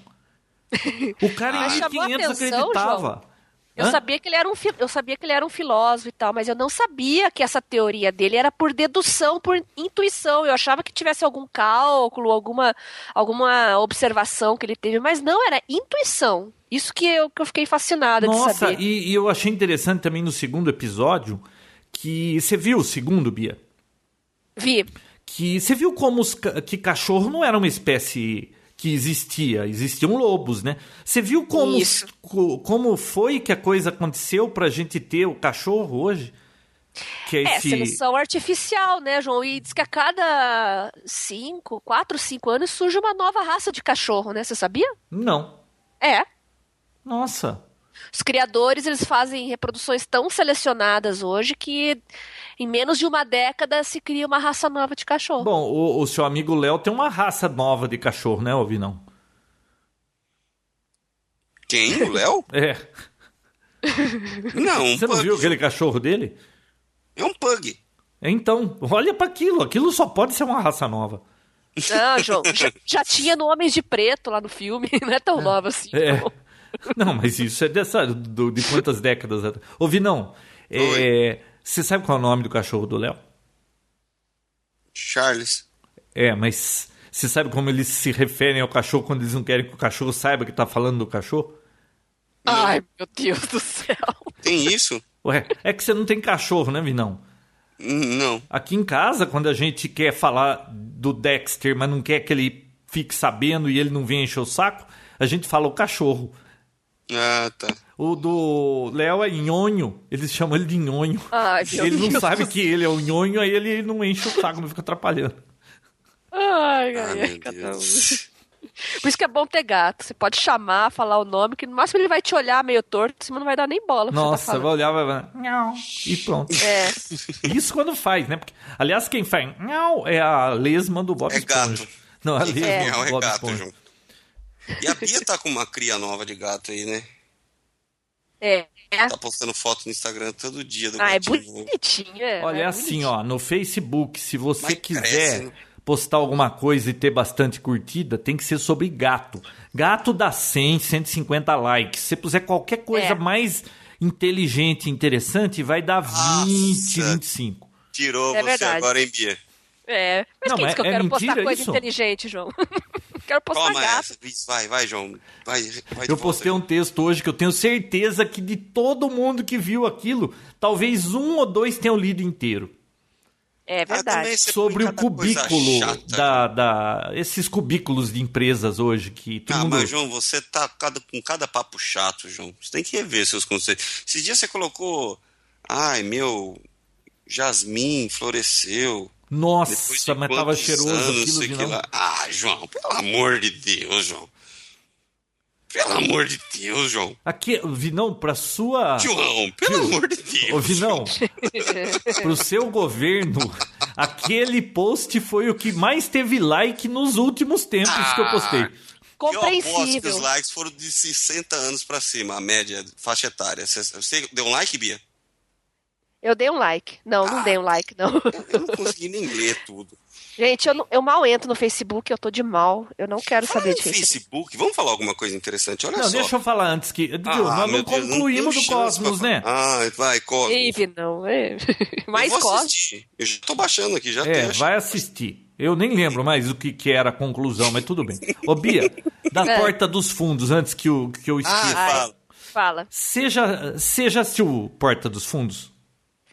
[SPEAKER 1] O cara
[SPEAKER 3] Mas
[SPEAKER 1] em
[SPEAKER 3] chamou a
[SPEAKER 1] 1500
[SPEAKER 3] atenção,
[SPEAKER 1] acreditava.
[SPEAKER 3] Eu
[SPEAKER 1] Hã?
[SPEAKER 3] sabia, que ele era um, fi- eu sabia que ele era um filósofo e tal, mas eu não sabia que essa teoria dele era por dedução, por intuição. Eu achava que tivesse algum cálculo, alguma, alguma observação que ele teve, mas não, era intuição. Isso que eu, que eu fiquei fascinada de
[SPEAKER 1] Nossa,
[SPEAKER 3] saber.
[SPEAKER 1] e, e eu achei interessante também no segundo episódio que você viu o segundo, Bia?
[SPEAKER 3] Vi.
[SPEAKER 1] Que você viu como os ca- que cachorro não era uma espécie que existia, existiam lobos, né? Você viu como
[SPEAKER 3] Isso.
[SPEAKER 1] co- como foi que a coisa aconteceu pra gente ter o cachorro hoje? Que é
[SPEAKER 3] É,
[SPEAKER 1] esse
[SPEAKER 3] seleção artificial, né, João? E diz que a cada cinco, quatro, cinco anos surge uma nova raça de cachorro, né? Você sabia?
[SPEAKER 1] não.
[SPEAKER 3] É.
[SPEAKER 1] Nossa.
[SPEAKER 3] Os criadores, eles fazem reproduções tão selecionadas hoje que em menos de uma década se cria uma raça nova de cachorro.
[SPEAKER 1] Bom, o, o seu amigo Léo tem uma raça nova de cachorro, né, Ovinão?
[SPEAKER 2] Quem? O Léo?
[SPEAKER 1] É.
[SPEAKER 2] Não, um
[SPEAKER 1] Você não
[SPEAKER 2] pug.
[SPEAKER 1] viu aquele cachorro dele?
[SPEAKER 2] É um pug.
[SPEAKER 1] Então, olha pra aquilo, aquilo só pode ser uma raça nova.
[SPEAKER 2] Ah,
[SPEAKER 3] Não, João, já, já tinha no Homens de Preto lá no filme, não é tão nova assim.
[SPEAKER 1] É.
[SPEAKER 3] não.
[SPEAKER 1] Não, mas isso é dessa, do- de quantas décadas atrás. Ô, Vinão, é, você sabe qual é o nome do cachorro do Léo?
[SPEAKER 2] Charles.
[SPEAKER 1] É, mas você sabe como eles se referem ao cachorro quando eles não querem que o cachorro saiba que tá falando do cachorro?
[SPEAKER 3] Ai, meu Deus do céu.
[SPEAKER 2] Tem isso?
[SPEAKER 1] Ué, é que você não tem cachorro, né, Vinão?
[SPEAKER 2] Hum, Não.
[SPEAKER 1] Aqui em casa, quando a gente quer falar do Dexter, mas não quer que ele fique sabendo e ele não venha encher o saco, a gente fala o cachorro.
[SPEAKER 2] Ah, tá.
[SPEAKER 1] O do Léo é nhonho, eles chamam ele de nhonho.
[SPEAKER 3] Ai, meu
[SPEAKER 1] ele
[SPEAKER 3] Deus.
[SPEAKER 1] um não sabe que ele é o nhonho, aí ele não enche o saco, não fica atrapalhando.
[SPEAKER 3] Ai, ai,
[SPEAKER 2] Ah,
[SPEAKER 3] ai,
[SPEAKER 2] meu
[SPEAKER 3] cada um.
[SPEAKER 2] Deus.
[SPEAKER 3] Por isso que é bom ter gato. Você pode chamar, falar o nome, que no máximo ele vai te olhar meio torto, você não vai dar nem bola. pro que você
[SPEAKER 1] Nossa,
[SPEAKER 3] tá
[SPEAKER 1] vai
[SPEAKER 3] falando.
[SPEAKER 1] olhar, vai. vai "Nhau", E pronto.
[SPEAKER 3] É,
[SPEAKER 1] Isso quando faz, né? Porque, aliás, quem faz "Nhau" é a lesma do Bob
[SPEAKER 2] É
[SPEAKER 1] Esponja.
[SPEAKER 2] gato.
[SPEAKER 1] Não, a lesma
[SPEAKER 2] É,
[SPEAKER 1] do
[SPEAKER 2] é
[SPEAKER 1] Bob
[SPEAKER 2] gato,
[SPEAKER 1] Esponja.
[SPEAKER 2] João. E a Bia tá com uma cria nova de gato aí, né?
[SPEAKER 3] é.
[SPEAKER 2] Tá postando foto no Instagram todo dia do
[SPEAKER 3] Ah, é
[SPEAKER 2] gatinho.
[SPEAKER 3] bonitinho, é.
[SPEAKER 1] Olha,
[SPEAKER 3] é
[SPEAKER 1] é assim, ó, no Facebook, se você
[SPEAKER 2] Mas
[SPEAKER 1] quiser
[SPEAKER 2] cresce, né?
[SPEAKER 1] postar alguma coisa e ter bastante curtida, tem que ser sobre gato. Gato dá 100, 150 likes. Se você puser qualquer coisa
[SPEAKER 3] É.
[SPEAKER 1] mais inteligente, interessante, vai dar 20,
[SPEAKER 2] Nossa.
[SPEAKER 1] 25.
[SPEAKER 2] Tirou
[SPEAKER 3] É
[SPEAKER 2] você
[SPEAKER 3] verdade.
[SPEAKER 2] agora, hein, Bia?
[SPEAKER 3] É. Mas
[SPEAKER 1] Não,
[SPEAKER 3] quem
[SPEAKER 1] mas
[SPEAKER 3] disse que eu
[SPEAKER 1] é
[SPEAKER 3] quero
[SPEAKER 1] mentira
[SPEAKER 3] postar coisa
[SPEAKER 1] isso?
[SPEAKER 3] inteligente, João? quero postar
[SPEAKER 2] Toma
[SPEAKER 3] gato.
[SPEAKER 2] essa, Luiz. Vai, vai, João. Vai, vai de
[SPEAKER 1] Eu
[SPEAKER 2] volta.
[SPEAKER 1] postei um texto hoje que eu tenho certeza que de todo mundo que viu aquilo, talvez um ou dois tenham lido inteiro.
[SPEAKER 3] É
[SPEAKER 2] Ah,
[SPEAKER 3] verdade.
[SPEAKER 2] também você põe
[SPEAKER 1] sobre o
[SPEAKER 2] cada coisa
[SPEAKER 1] cubículo
[SPEAKER 2] chata, né?
[SPEAKER 1] da, da- esses cubículos de empresas hoje que todo
[SPEAKER 2] Ah,
[SPEAKER 1] mundo
[SPEAKER 2] mas, João, você tá cada- com cada papo chato, João. Você tem que rever seus conceitos. Esses dias você colocou. Ai, meu. Jasmim floresceu. Depois de
[SPEAKER 1] Nossa, mas tava
[SPEAKER 2] quantos
[SPEAKER 1] cheiroso
[SPEAKER 2] anos,
[SPEAKER 1] aquilo
[SPEAKER 2] sei
[SPEAKER 1] de
[SPEAKER 2] que
[SPEAKER 1] novo.
[SPEAKER 2] lá. Ah, João, pelo amor de Deus, João. Pelo amor de Deus, João.
[SPEAKER 1] Aqui, Vinão, pra sua.
[SPEAKER 2] João, pelo amor de Deus.
[SPEAKER 1] Ah. Ô, Vinão, pro seu governo, aquele post foi o que mais teve like nos últimos tempos que eu postei.
[SPEAKER 2] Ah, Eu aposto que os
[SPEAKER 3] Compreensível.
[SPEAKER 2] likes foram de 60 anos pra cima, a média, faixa etária. Você, você deu um like, Bia?
[SPEAKER 3] Eu dei um like. Não, não
[SPEAKER 2] Ah.
[SPEAKER 3] dei um like, não.
[SPEAKER 2] Eu não consegui nem ler tudo.
[SPEAKER 3] Gente, eu, não- eu mal entro no Facebook, eu tô de mal. Eu não quero
[SPEAKER 2] Fala
[SPEAKER 3] saber
[SPEAKER 2] no
[SPEAKER 3] de Facebook.
[SPEAKER 2] Facebook, vamos falar alguma coisa interessante. Olha
[SPEAKER 1] Não,
[SPEAKER 2] só. Ah,
[SPEAKER 1] deixa eu falar antes que. viu, nós não
[SPEAKER 2] meu Deus,
[SPEAKER 1] concluímos
[SPEAKER 2] tenho
[SPEAKER 1] do
[SPEAKER 2] chance pra
[SPEAKER 1] Cosmos,
[SPEAKER 2] falar.
[SPEAKER 1] né?
[SPEAKER 2] Ah, vai, Cosmos.
[SPEAKER 3] Eve, não. É. Mais
[SPEAKER 2] eu vou
[SPEAKER 3] cosmos.
[SPEAKER 2] assistir. Eu já tô baixando aqui, já
[SPEAKER 1] É,
[SPEAKER 2] tenho.
[SPEAKER 1] vai assistir. Eu nem lembro mais o que, que era a conclusão, mas tudo bem. Ô, Bia, da
[SPEAKER 3] É.
[SPEAKER 1] porta dos fundos, antes que, o, que eu
[SPEAKER 2] Ah,
[SPEAKER 1] esqueça.
[SPEAKER 2] fala.
[SPEAKER 3] Fala.
[SPEAKER 1] Você já, você já assistiu Porta dos Fundos?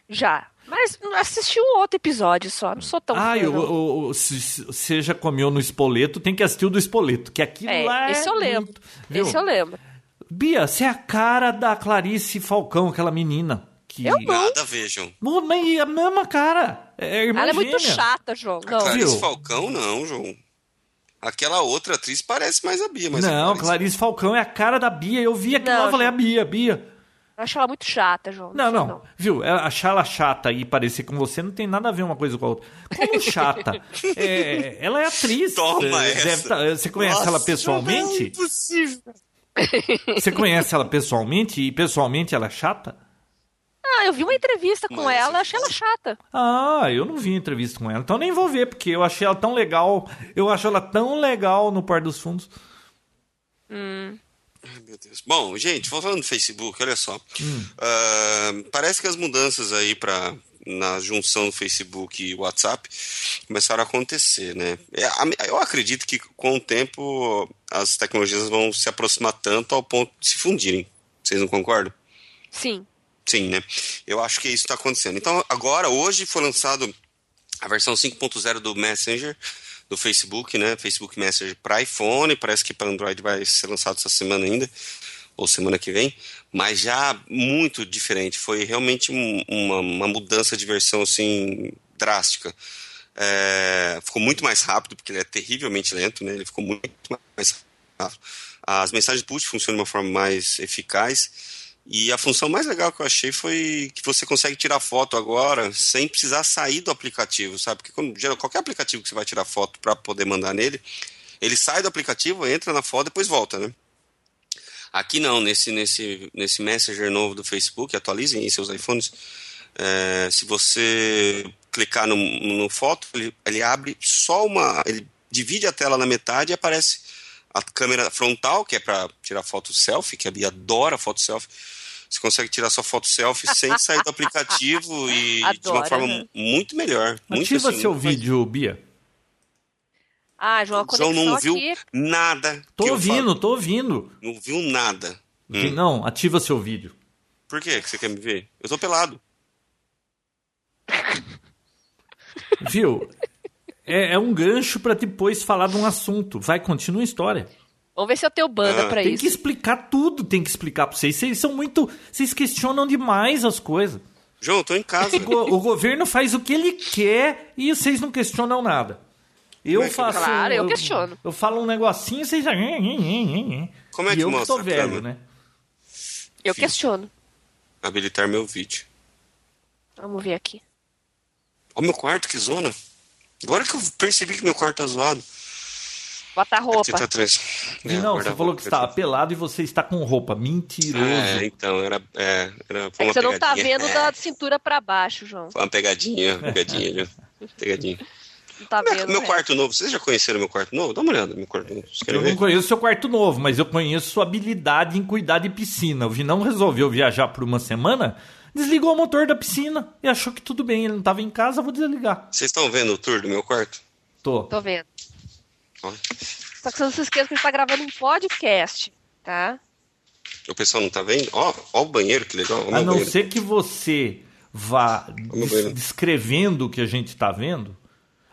[SPEAKER 3] Já. Mas assisti um outro episódio só. Não sou tão
[SPEAKER 1] ah,
[SPEAKER 3] fã,
[SPEAKER 1] eu,
[SPEAKER 3] não.
[SPEAKER 1] eu- eu- se- se- você já comeu no espoleto, tem que assistir o do espoleto, que aquilo
[SPEAKER 3] É,
[SPEAKER 1] lá
[SPEAKER 3] esse
[SPEAKER 1] é
[SPEAKER 3] eu lembro.
[SPEAKER 1] muito- viu?
[SPEAKER 3] Esse eu lembro.
[SPEAKER 1] Bia, você é a cara da Clarice Falcão, aquela menina. Que...
[SPEAKER 3] Eu não.
[SPEAKER 2] Nada, vejam.
[SPEAKER 1] Não, mas é a mesma cara. É a irmã
[SPEAKER 3] Ela é
[SPEAKER 1] gêmea.
[SPEAKER 3] muito chata, João. Não.
[SPEAKER 2] Clarice
[SPEAKER 1] Viu?
[SPEAKER 2] Falcão, não, João. Aquela outra atriz parece mais a Bia, mas.
[SPEAKER 1] Não,
[SPEAKER 2] a
[SPEAKER 1] Clarice. Falcão é a cara da Bia. Eu vi aquilo
[SPEAKER 3] Não,
[SPEAKER 1] lá e falei, a Bia, Bia.
[SPEAKER 3] Eu acho ela muito chata, João.
[SPEAKER 1] Não,
[SPEAKER 3] sei
[SPEAKER 1] não. Viu? é, Achar ela chata e parecer com você não tem nada a ver uma coisa com a outra. Como chata? É, ela é atriz.
[SPEAKER 2] Toma
[SPEAKER 1] É,
[SPEAKER 2] essa.
[SPEAKER 1] deve tá- você conhece
[SPEAKER 2] Nossa,
[SPEAKER 1] ela pessoalmente?
[SPEAKER 2] não é impossível.
[SPEAKER 1] Você conhece ela pessoalmente e pessoalmente ela é chata?
[SPEAKER 3] Ah, eu vi uma entrevista com
[SPEAKER 2] Mas- é
[SPEAKER 3] ela, achei ela chata.
[SPEAKER 1] Ah, eu não vi entrevista com ela, então nem vou ver, porque eu achei ela tão legal. Eu acho ela tão legal no Par dos Fundos.
[SPEAKER 2] Ai, Meu Deus. Bom, gente, voltando no Facebook, olha só.
[SPEAKER 1] Hum.
[SPEAKER 2] Ah, parece que as mudanças aí pra, na junção do Facebook e WhatsApp começaram a acontecer, né? É, a- Eu acredito que com o tempo as tecnologias vão se aproximar tanto ao ponto de se fundirem. Vocês não concordam?
[SPEAKER 3] Sim.
[SPEAKER 2] Sim, né? Eu acho que isso está acontecendo. Então, agora, hoje foi lançado a versão 5.0 do Messenger do Facebook, né? Facebook Messenger para iPhone, parece que para Android vai ser lançado essa semana ainda, ou semana que vem, mas já muito diferente. Foi realmente um- uma, uma mudança de versão assim drástica. É, ficou muito mais rápido, porque ele é terrivelmente lento, né? Ele ficou muito mais rápido. As mensagens push funcionam de uma forma mais eficaz. E a função mais legal que eu achei foi que você consegue tirar foto agora sem precisar sair do aplicativo, sabe? Porque quando, geral- qualquer aplicativo que você vai tirar foto para poder mandar nele, ele sai do aplicativo, entra na foto, depois volta, né? Aqui não, nesse, nesse, nesse Messenger novo do Facebook, atualizem aí seus iPhones. é, se você clicar no, no foto, ele, ele abre só uma. Ele divide a tela na metade e aparece a câmera frontal, que é para tirar foto selfie, que a Bia adora foto selfie. Você consegue tirar sua foto selfie sem sair do aplicativo e de uma
[SPEAKER 3] Adora,
[SPEAKER 2] forma
[SPEAKER 3] né?
[SPEAKER 2] muito melhor. muito,
[SPEAKER 1] Ativa
[SPEAKER 2] assim,
[SPEAKER 1] seu
[SPEAKER 2] muito mais-
[SPEAKER 1] vídeo, Bia.
[SPEAKER 3] Ah, João, a
[SPEAKER 2] João
[SPEAKER 3] conexão
[SPEAKER 2] não viu
[SPEAKER 3] aqui...
[SPEAKER 2] nada.
[SPEAKER 1] Tô
[SPEAKER 2] que eu
[SPEAKER 1] ouvindo,
[SPEAKER 2] falo.
[SPEAKER 1] tô ouvindo.
[SPEAKER 2] Não viu nada. Hum.
[SPEAKER 1] Não, ativa seu vídeo.
[SPEAKER 2] Por que que você quer me ver? Eu tô pelado.
[SPEAKER 1] Viu? É, é um gancho pra depois falar de um assunto. Vai, continua a história.
[SPEAKER 3] Vamos ver se eu tenho banda
[SPEAKER 2] Ah,
[SPEAKER 3] pra
[SPEAKER 1] tem
[SPEAKER 3] É isso.
[SPEAKER 1] que explicar tudo, tem que explicar pra vocês. Vocês são muito. Vocês questionam demais as coisas.
[SPEAKER 2] João, eu tô em casa.
[SPEAKER 1] O, go- o governo faz o que ele quer e vocês não questionam nada. Eu
[SPEAKER 2] Como é que-
[SPEAKER 1] faço.
[SPEAKER 3] Claro, eu questiono.
[SPEAKER 1] Eu falo um negocinho e vocês já. Como
[SPEAKER 2] Como é que
[SPEAKER 1] e eu que
[SPEAKER 2] mostra
[SPEAKER 1] tô
[SPEAKER 2] a
[SPEAKER 1] velho,
[SPEAKER 2] câmera?
[SPEAKER 1] né?
[SPEAKER 3] Eu
[SPEAKER 2] Sim.
[SPEAKER 3] questiono.
[SPEAKER 2] Habilitar meu vídeo.
[SPEAKER 3] Vamos ver aqui.
[SPEAKER 2] Ó, meu quarto, que zona. Agora que eu percebi que meu quarto tá zoado.
[SPEAKER 3] Bota a roupa.
[SPEAKER 2] Você tá trans...
[SPEAKER 1] não,
[SPEAKER 2] É,
[SPEAKER 1] você
[SPEAKER 2] guarda-roupa.
[SPEAKER 1] falou que tá estava pelado e você está com roupa. Mentiroso.
[SPEAKER 2] É, então, era. É, era foi
[SPEAKER 3] É
[SPEAKER 2] uma
[SPEAKER 3] que você não tá
[SPEAKER 2] pegadinha.
[SPEAKER 3] vendo
[SPEAKER 2] É,
[SPEAKER 3] da cintura pra baixo, João.
[SPEAKER 2] Foi uma pegadinha, pegadinha, viu? Pegadinha.
[SPEAKER 3] Não tá
[SPEAKER 2] Meu,
[SPEAKER 3] vendo.
[SPEAKER 2] meu
[SPEAKER 3] né?
[SPEAKER 2] quarto novo, vocês já conheceram meu quarto novo? Dá uma olhada no meu quarto novo. Vocês
[SPEAKER 1] Eu
[SPEAKER 2] querem
[SPEAKER 1] não
[SPEAKER 2] ver?
[SPEAKER 1] conheço seu quarto novo, mas eu conheço sua habilidade em cuidar de piscina. O Vinão resolveu viajar por uma semana, desligou o motor da piscina e achou que tudo bem. Ele não estava em casa, vou desligar.
[SPEAKER 2] Vocês estão vendo o tour do meu quarto?
[SPEAKER 1] Tô.
[SPEAKER 3] Tô vendo.
[SPEAKER 2] Ó,
[SPEAKER 3] Só que você não se esqueça que a gente tá gravando um podcast, tá?
[SPEAKER 2] O pessoal não tá vendo? Ó, ó o banheiro, que legal. Ó
[SPEAKER 1] A
[SPEAKER 2] meu
[SPEAKER 1] Ah, não
[SPEAKER 2] banheiro.
[SPEAKER 1] ser que você vá
[SPEAKER 2] meu
[SPEAKER 1] des-
[SPEAKER 2] banheiro.
[SPEAKER 1] descrevendo o que a gente está vendo.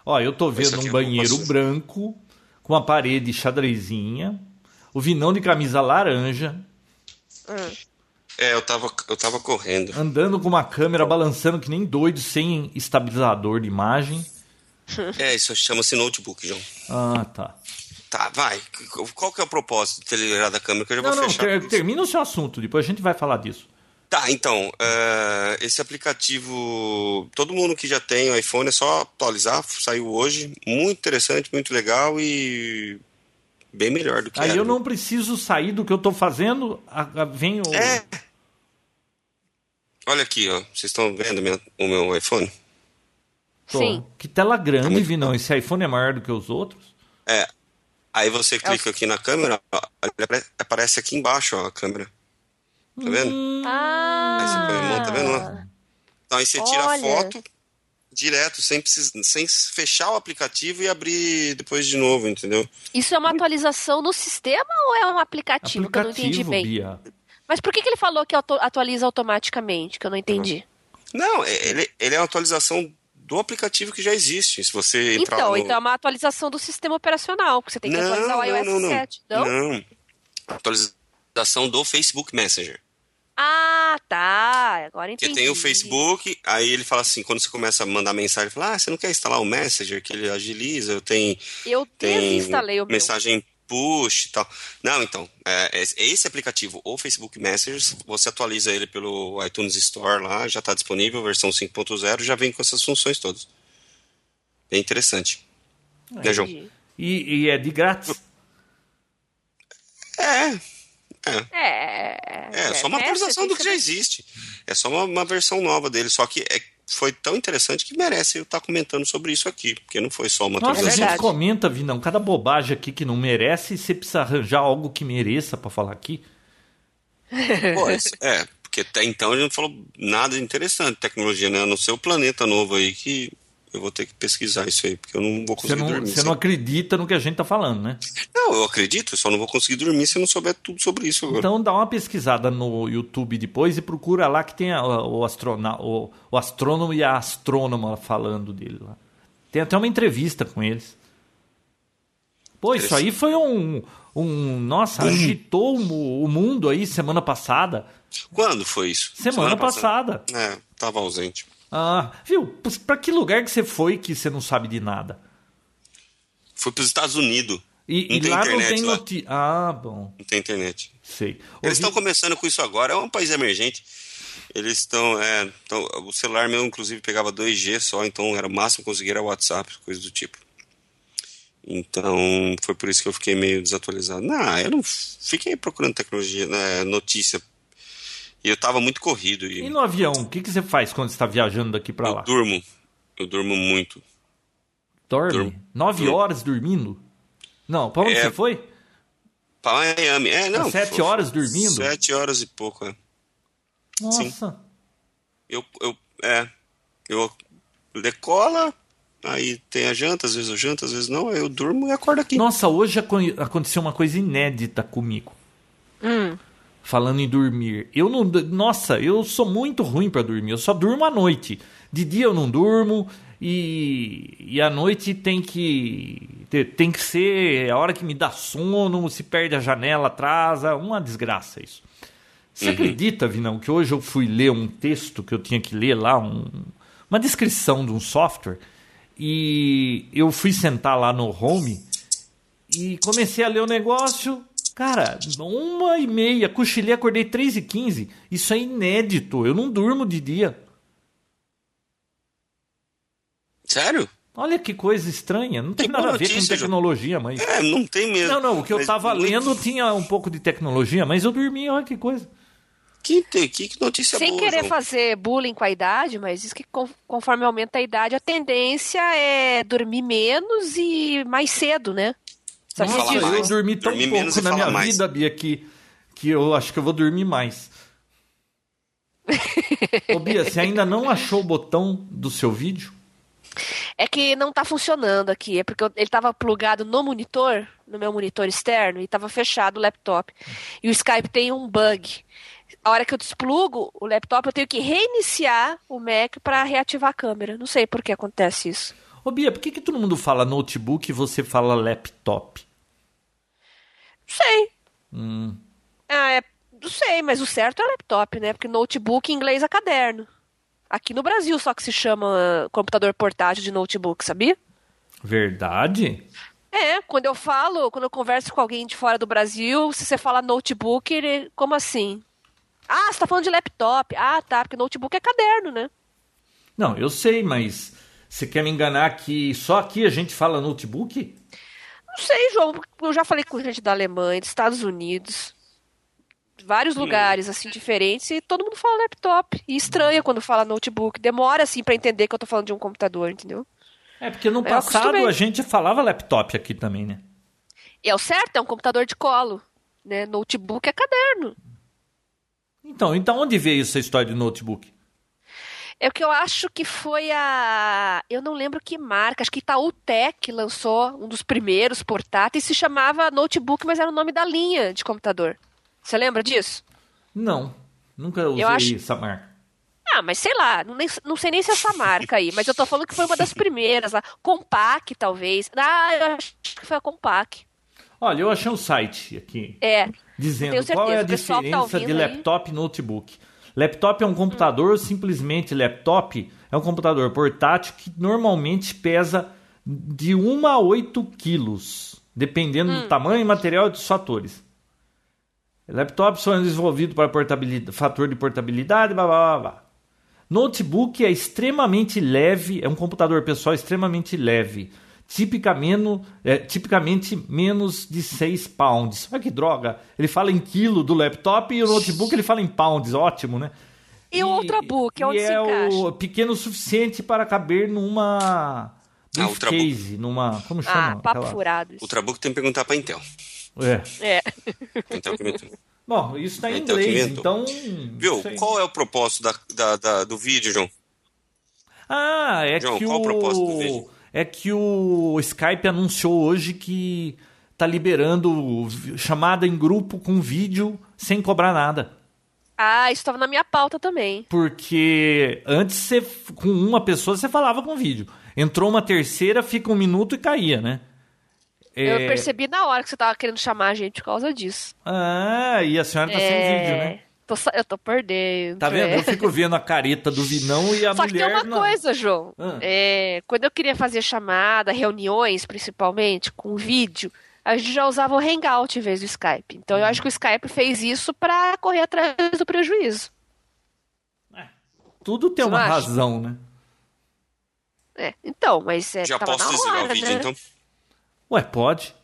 [SPEAKER 1] Ó, eu tô
[SPEAKER 2] Esse
[SPEAKER 1] vendo
[SPEAKER 2] aqui é
[SPEAKER 1] um
[SPEAKER 2] eu
[SPEAKER 1] banheiro
[SPEAKER 2] posso-
[SPEAKER 1] branco com uma parede xadrezinha, o Vinão de camisa laranja,
[SPEAKER 3] Hum.
[SPEAKER 2] É, eu tava, eu tava correndo.
[SPEAKER 1] andando com uma câmera balançando que nem doido, sem estabilizador de imagem.
[SPEAKER 2] É, isso chama-se notebook, João.
[SPEAKER 1] Ah, tá.
[SPEAKER 2] Tá, vai. Qual que é o propósito de ter liberado a câmera que eu já
[SPEAKER 1] Não,
[SPEAKER 2] vou
[SPEAKER 1] não,
[SPEAKER 2] fechar?
[SPEAKER 1] ter- termina o seu assunto, depois a gente vai falar disso.
[SPEAKER 2] Tá, então, eh, esse aplicativo, todo mundo que já tem o iPhone é só atualizar, saiu hoje, muito interessante, muito legal e bem melhor do que
[SPEAKER 1] Aí
[SPEAKER 2] era.
[SPEAKER 1] eu não preciso sair do que eu tô fazendo, a- a- vem o.
[SPEAKER 2] É. Olha aqui, ó, vocês estão vendo minha- o meu iPhone?
[SPEAKER 1] Tô.
[SPEAKER 3] Sim.
[SPEAKER 1] Que tela grande,
[SPEAKER 2] muito-
[SPEAKER 1] Vinão. Esse iPhone é maior do que os outros.
[SPEAKER 2] É. Aí
[SPEAKER 1] É
[SPEAKER 2] você clica aqui na câmera, ó, ele apare- aparece aqui embaixo, ó, a câmera.
[SPEAKER 1] Hum.
[SPEAKER 2] Tá vendo?
[SPEAKER 3] Ah!
[SPEAKER 2] Aí você põe a mão, tá vendo lá? Então aí você tira a
[SPEAKER 3] Olha.
[SPEAKER 2] foto direto, sem, precis- sem fechar o aplicativo e abrir depois de novo, entendeu?
[SPEAKER 3] Isso é uma atualização no sistema ou é um aplicativo? que eu não entendi
[SPEAKER 1] Aplicativo,
[SPEAKER 3] bem.
[SPEAKER 1] Bia.
[SPEAKER 3] Mas por que, que ele falou que auto- atualiza automaticamente? Que eu não entendi.
[SPEAKER 2] Não, é- ele, ele é uma atualização do aplicativo que já existe. Se você entrar
[SPEAKER 3] Então,
[SPEAKER 2] no...
[SPEAKER 3] então é uma atualização do sistema operacional, porque você tem que atualizar o iOS então?
[SPEAKER 2] não, não,
[SPEAKER 3] 7. Não?
[SPEAKER 2] não. Não. Atualização do Facebook Messenger.
[SPEAKER 3] Ah, tá. Agora
[SPEAKER 2] Porque
[SPEAKER 3] entendi.
[SPEAKER 2] tem o Facebook, aí ele fala assim, quando você começa a mandar mensagem, ele fala, ah, você não quer instalar o Messenger, que ele agiliza, tem,
[SPEAKER 3] Eu
[SPEAKER 2] tem
[SPEAKER 3] desinstalei o meu.
[SPEAKER 2] mensagem push e tal. Não, então, é, é esse aplicativo, o Facebook Messenger, você atualiza ele pelo iTunes Store lá, já está disponível, versão 5.0, já vem com essas funções todas. Bem interessante. Né, João?
[SPEAKER 3] Entendi.
[SPEAKER 1] E, e é de grátis.
[SPEAKER 2] É,
[SPEAKER 3] É,
[SPEAKER 2] É, só uma
[SPEAKER 3] né?
[SPEAKER 2] atualização do
[SPEAKER 3] Você tem
[SPEAKER 2] que já existe. É só uma, uma versão nova dele. Só que é- foi tão interessante que merece eu estar comentando sobre isso aqui. Porque não foi só uma
[SPEAKER 1] Nossa, a
[SPEAKER 2] atualização.
[SPEAKER 1] gente
[SPEAKER 3] verdade.
[SPEAKER 1] comenta, Vinão, cada bobagem aqui que não merece, você precisa arranjar algo que mereça pra falar aqui.
[SPEAKER 2] Pô, isso- é, porque até então a gente não falou nada de interessante de tecnologia, né? A não ser o planeta novo aí que eu vou ter que pesquisar isso aí. Porque eu não vou
[SPEAKER 1] Você
[SPEAKER 2] conseguir
[SPEAKER 1] não,
[SPEAKER 2] dormir.
[SPEAKER 1] você não acredita no que a gente tá falando, né?
[SPEAKER 2] Não, eu acredito. Só não vou conseguir dormir se eu não souber tudo sobre isso agora.
[SPEAKER 1] Então dá uma pesquisada no YouTube depois e procura lá que tem a- o, astrona, o, o astrônomo e a astrônoma falando dele lá. Tem até uma entrevista com eles. Pô, isso aí foi um. um nossa, agitou o, o mundo aí semana passada.
[SPEAKER 2] Quando foi isso?
[SPEAKER 1] Semana, passada.
[SPEAKER 2] É, tava ausente.
[SPEAKER 1] Ah, viu? Pra que lugar que você foi que você não sabe de nada?
[SPEAKER 2] Foi pros Estados Unidos.
[SPEAKER 1] E,
[SPEAKER 2] Não
[SPEAKER 1] e
[SPEAKER 2] tem
[SPEAKER 1] lá não
[SPEAKER 2] internet
[SPEAKER 1] tem
[SPEAKER 2] lá.
[SPEAKER 1] notícia. Ah, bom,
[SPEAKER 2] Não tem internet.
[SPEAKER 1] sei.
[SPEAKER 2] Eles
[SPEAKER 1] Ouvi-
[SPEAKER 2] estão começando com isso agora, é um país emergente. Eles estão. É, tão- o celular meu, inclusive, pegava 2G só, então era o máximo que eu conseguia era WhatsApp, coisa do tipo. Então, foi por isso que eu fiquei meio desatualizado. Não, eu não fiquei procurando tecnologia, né, notícia. E eu tava muito corrido. E,
[SPEAKER 1] E no avião, o que, que você faz quando você está viajando daqui pra lá?
[SPEAKER 2] eu durmo. Eu durmo muito.
[SPEAKER 1] Dorme?
[SPEAKER 2] Durmo.
[SPEAKER 1] Nove
[SPEAKER 2] Durmo.
[SPEAKER 1] horas dormindo? Não, pra onde
[SPEAKER 2] É,
[SPEAKER 1] você foi?
[SPEAKER 2] Pra Miami. É, não.
[SPEAKER 1] sete
[SPEAKER 2] foi-
[SPEAKER 1] horas dormindo?
[SPEAKER 2] Sete horas e pouco, é.
[SPEAKER 1] Nossa.
[SPEAKER 2] Eu, eu, é, eu decola, aí tem a janta, às vezes eu janto, às vezes não, aí eu durmo e acordo aqui.
[SPEAKER 1] Nossa, hoje aco- aconteceu uma coisa inédita comigo. Falando em dormir. Eu não. Nossa, eu sou muito ruim pra dormir. Eu só durmo à noite. De dia eu não durmo. E, e à noite tem que. te- Tem que ser é a hora que me dá sono, se perde a janela, atrasa. Uma desgraça isso. Você acredita, Vinão, que hoje eu fui ler um texto que eu tinha que ler lá, um- uma descrição de um software, E eu fui sentar lá no home e comecei a ler o negócio. Cara, uma e meia, cochilei, acordei três e quinze. Isso é inédito. Eu não durmo de dia.
[SPEAKER 2] Sério?
[SPEAKER 1] Olha que coisa estranha. Não tem
[SPEAKER 2] Que
[SPEAKER 1] nada
[SPEAKER 2] boa
[SPEAKER 1] a ver com
[SPEAKER 2] notícia, Ju.
[SPEAKER 1] tecnologia, mas.
[SPEAKER 2] É, não tem mesmo.
[SPEAKER 1] Não, não, o que eu
[SPEAKER 2] Mas
[SPEAKER 1] tava
[SPEAKER 2] muito-
[SPEAKER 1] lendo tinha um pouco de tecnologia, mas eu dormi, olha que coisa.
[SPEAKER 2] Que, te- que, que notícia
[SPEAKER 3] Sem
[SPEAKER 2] boa.
[SPEAKER 3] querer
[SPEAKER 2] João.
[SPEAKER 3] fazer bullying com a idade, mas diz que con- conforme aumenta a idade, a tendência é dormir menos e mais cedo, né? Sabia
[SPEAKER 1] Nossa,
[SPEAKER 2] falar
[SPEAKER 3] disso?
[SPEAKER 1] eu
[SPEAKER 2] mais.
[SPEAKER 1] dormi tão
[SPEAKER 2] Dormir menos
[SPEAKER 1] pouco
[SPEAKER 2] e
[SPEAKER 1] na
[SPEAKER 2] falar
[SPEAKER 1] minha
[SPEAKER 2] mais.
[SPEAKER 1] vida, Bia, que, que eu acho que eu vou dormir mais. Ô, Bia, você ainda não achou o botão do seu vídeo?
[SPEAKER 3] É que não tá funcionando aqui. É porque eu- ele tava plugado no monitor, no meu monitor externo, e tava fechado o laptop. E o Skype tem um bug. A hora que eu desplugo o laptop, eu tenho que reiniciar o Mac pra reativar a câmera. Não sei por que acontece isso.
[SPEAKER 1] Ô, Bia, por que, que todo mundo fala notebook e você fala laptop?
[SPEAKER 3] Não sei. Ah, é, não sei, mas o certo é laptop, né? Porque notebook em inglês é caderno. Aqui no Brasil só que se chama computador portátil de notebook, sabia?
[SPEAKER 1] Verdade?
[SPEAKER 3] É, quando eu falo, quando eu converso com alguém de fora do Brasil, se você fala notebook, ele, como assim? Ah, você tá falando de laptop. Ah, tá, porque notebook é caderno, né?
[SPEAKER 1] Não, eu sei, mas você quer me enganar que só aqui a gente fala notebook?
[SPEAKER 3] Não sei, João, porque eu já falei com gente da Alemanha, dos Estados Unidos, de vários lugares, assim, diferentes, e todo mundo fala laptop. E estranha quando fala notebook. Demora, assim, pra entender que eu tô falando de um computador, entendeu?
[SPEAKER 1] É porque no
[SPEAKER 3] Eu
[SPEAKER 1] passado
[SPEAKER 3] acostumei.
[SPEAKER 1] a gente falava laptop aqui também, né?
[SPEAKER 3] E é o certo, é um computador de colo, né? Notebook é caderno.
[SPEAKER 1] Então, então onde veio essa história de notebook?
[SPEAKER 3] É o que eu acho que foi a. Eu não lembro que marca, acho que Itaú Tech lançou um dos primeiros portáteis, se chamava notebook, mas era o nome da linha de computador. Você lembra disso?
[SPEAKER 1] Não, nunca usei
[SPEAKER 3] acho-
[SPEAKER 1] essa marca.
[SPEAKER 3] Ah, mas sei lá, não, nem- não sei nem se é essa marca aí, mas eu tô falando que foi uma das primeiras lá. Compaq, talvez. Ah, eu acho que foi a Compaq.
[SPEAKER 1] Olha, eu achei um site aqui
[SPEAKER 3] É.
[SPEAKER 1] dizendo
[SPEAKER 3] Tenho certeza,
[SPEAKER 1] qual é a
[SPEAKER 3] o pessoal que tá
[SPEAKER 1] diferença de
[SPEAKER 3] ouvindo aí. Hum.
[SPEAKER 1] laptop e notebook. Laptop é um computador, simplesmente laptop é um computador portátil que normalmente pesa de 1 a 8 quilos, dependendo
[SPEAKER 3] Hum.
[SPEAKER 1] do tamanho, material e dos fatores. Laptops são desenvolvidos para portabilidade, fator de portabilidade, blá blá blá. blá. Notebook é extremamente leve, é um computador pessoal extremamente leve. Tipicamente, é, tipicamente menos de 6 pounds. Olha que droga! Ele fala em quilo do laptop e o notebook ele fala em pounds, ótimo, né?
[SPEAKER 3] E o Ultrabook,
[SPEAKER 1] e
[SPEAKER 3] é onde se
[SPEAKER 1] é
[SPEAKER 3] encaixa?
[SPEAKER 1] o pequeno o suficiente para caber numa
[SPEAKER 2] Ah,
[SPEAKER 1] briefcase, numa. Como chama?
[SPEAKER 3] Ah, papo
[SPEAKER 1] Aquela-
[SPEAKER 3] furado.
[SPEAKER 2] O
[SPEAKER 3] isso.
[SPEAKER 2] Trabuco tem que perguntar pra Intel.
[SPEAKER 1] É.
[SPEAKER 3] É.
[SPEAKER 2] Intel que inventou.
[SPEAKER 1] Bom, isso está em
[SPEAKER 2] Então, que
[SPEAKER 1] inglês,
[SPEAKER 2] inventou.
[SPEAKER 1] então.
[SPEAKER 2] Viu?
[SPEAKER 1] sei.
[SPEAKER 2] Qual é o propósito da, da- da- do vídeo, João?
[SPEAKER 1] Ah, é
[SPEAKER 2] João,
[SPEAKER 1] que
[SPEAKER 2] qual
[SPEAKER 1] o,
[SPEAKER 2] o propósito do vídeo?
[SPEAKER 1] é que o Skype anunciou hoje que tá liberando vi- chamada em grupo com vídeo sem cobrar nada.
[SPEAKER 3] Ah, isso tava na minha pauta também.
[SPEAKER 1] Porque antes você f- com uma pessoa você falava com vídeo. Entrou uma terceira, fica um minuto e caía, né?
[SPEAKER 3] Eu
[SPEAKER 1] É,
[SPEAKER 3] percebi na hora que você tava querendo chamar a gente por causa disso.
[SPEAKER 1] Ah, e a senhora tá sem
[SPEAKER 3] É,
[SPEAKER 1] vídeo, né?
[SPEAKER 3] tô sa- eu tô perdendo.
[SPEAKER 1] Tá vendo?
[SPEAKER 3] é.
[SPEAKER 1] Eu fico vendo a careta do Vinão e a
[SPEAKER 3] Só que tem
[SPEAKER 1] mulher
[SPEAKER 3] uma
[SPEAKER 1] não.
[SPEAKER 3] coisa, João.
[SPEAKER 1] Ah.
[SPEAKER 3] É, quando eu queria fazer chamada, reuniões principalmente, com vídeo, a gente já usava o Hangout em vez do Skype. Então
[SPEAKER 2] Uhum.
[SPEAKER 3] eu acho que o Skype fez isso pra correr atrás do prejuízo.
[SPEAKER 1] Tudo tem
[SPEAKER 3] Você
[SPEAKER 1] uma
[SPEAKER 3] não acha?
[SPEAKER 1] razão, né?
[SPEAKER 3] É, então, mas é,
[SPEAKER 2] Já
[SPEAKER 3] tava
[SPEAKER 2] posso
[SPEAKER 3] na
[SPEAKER 2] desligar
[SPEAKER 3] hora,
[SPEAKER 2] o vídeo,
[SPEAKER 3] né?
[SPEAKER 2] então?
[SPEAKER 1] Ué, pode.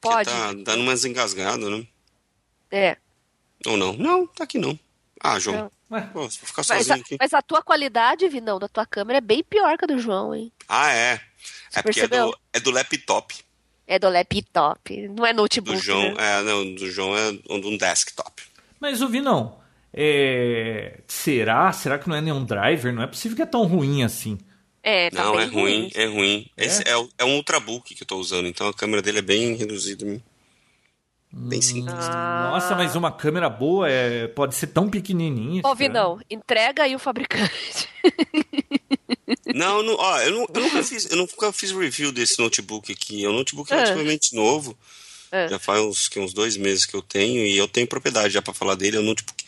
[SPEAKER 3] Pode.
[SPEAKER 2] Porque tá dando umas engasgadas, né?
[SPEAKER 3] É.
[SPEAKER 2] Ou não? Não, tá aqui não. Ah, João.
[SPEAKER 1] Ué,
[SPEAKER 2] Pô, você vai ficar
[SPEAKER 3] Mas
[SPEAKER 2] sozinho
[SPEAKER 3] a,
[SPEAKER 2] aqui.
[SPEAKER 3] mas a tua qualidade, Vinão, da tua câmera é bem pior que a do João, hein?
[SPEAKER 2] Ah, é.
[SPEAKER 3] Você
[SPEAKER 2] É porque é
[SPEAKER 3] percebeu?
[SPEAKER 2] do, é do laptop.
[SPEAKER 3] É do laptop, não é
[SPEAKER 2] Do
[SPEAKER 3] notebook.
[SPEAKER 2] João,
[SPEAKER 3] né?
[SPEAKER 2] é, não, do João é um de um desktop.
[SPEAKER 1] Mas o Vinão, é... será? Será que não é nenhum driver? Não é possível que é tão ruim assim.
[SPEAKER 3] É, tá
[SPEAKER 2] não,
[SPEAKER 3] bem
[SPEAKER 2] é ruim, é ruim.
[SPEAKER 1] É?
[SPEAKER 2] Esse é, o- é um ultrabook que eu tô usando, então a câmera dele é bem reduzida. Bem bem simples.
[SPEAKER 3] Ah.
[SPEAKER 1] Nossa, mas uma câmera boa é... pode ser tão pequenininha. será?
[SPEAKER 3] Ô, Vinão, entrega aí o fabricante.
[SPEAKER 2] Não, não, ó, eu, não- eu nunca fiz, eu nunca fiz review desse notebook aqui. É um notebook
[SPEAKER 3] Ah.
[SPEAKER 2] relativamente novo.
[SPEAKER 3] Ah.
[SPEAKER 2] Já faz uns, que uns dois meses que eu tenho e eu tenho propriedade já pra falar dele. É um notebook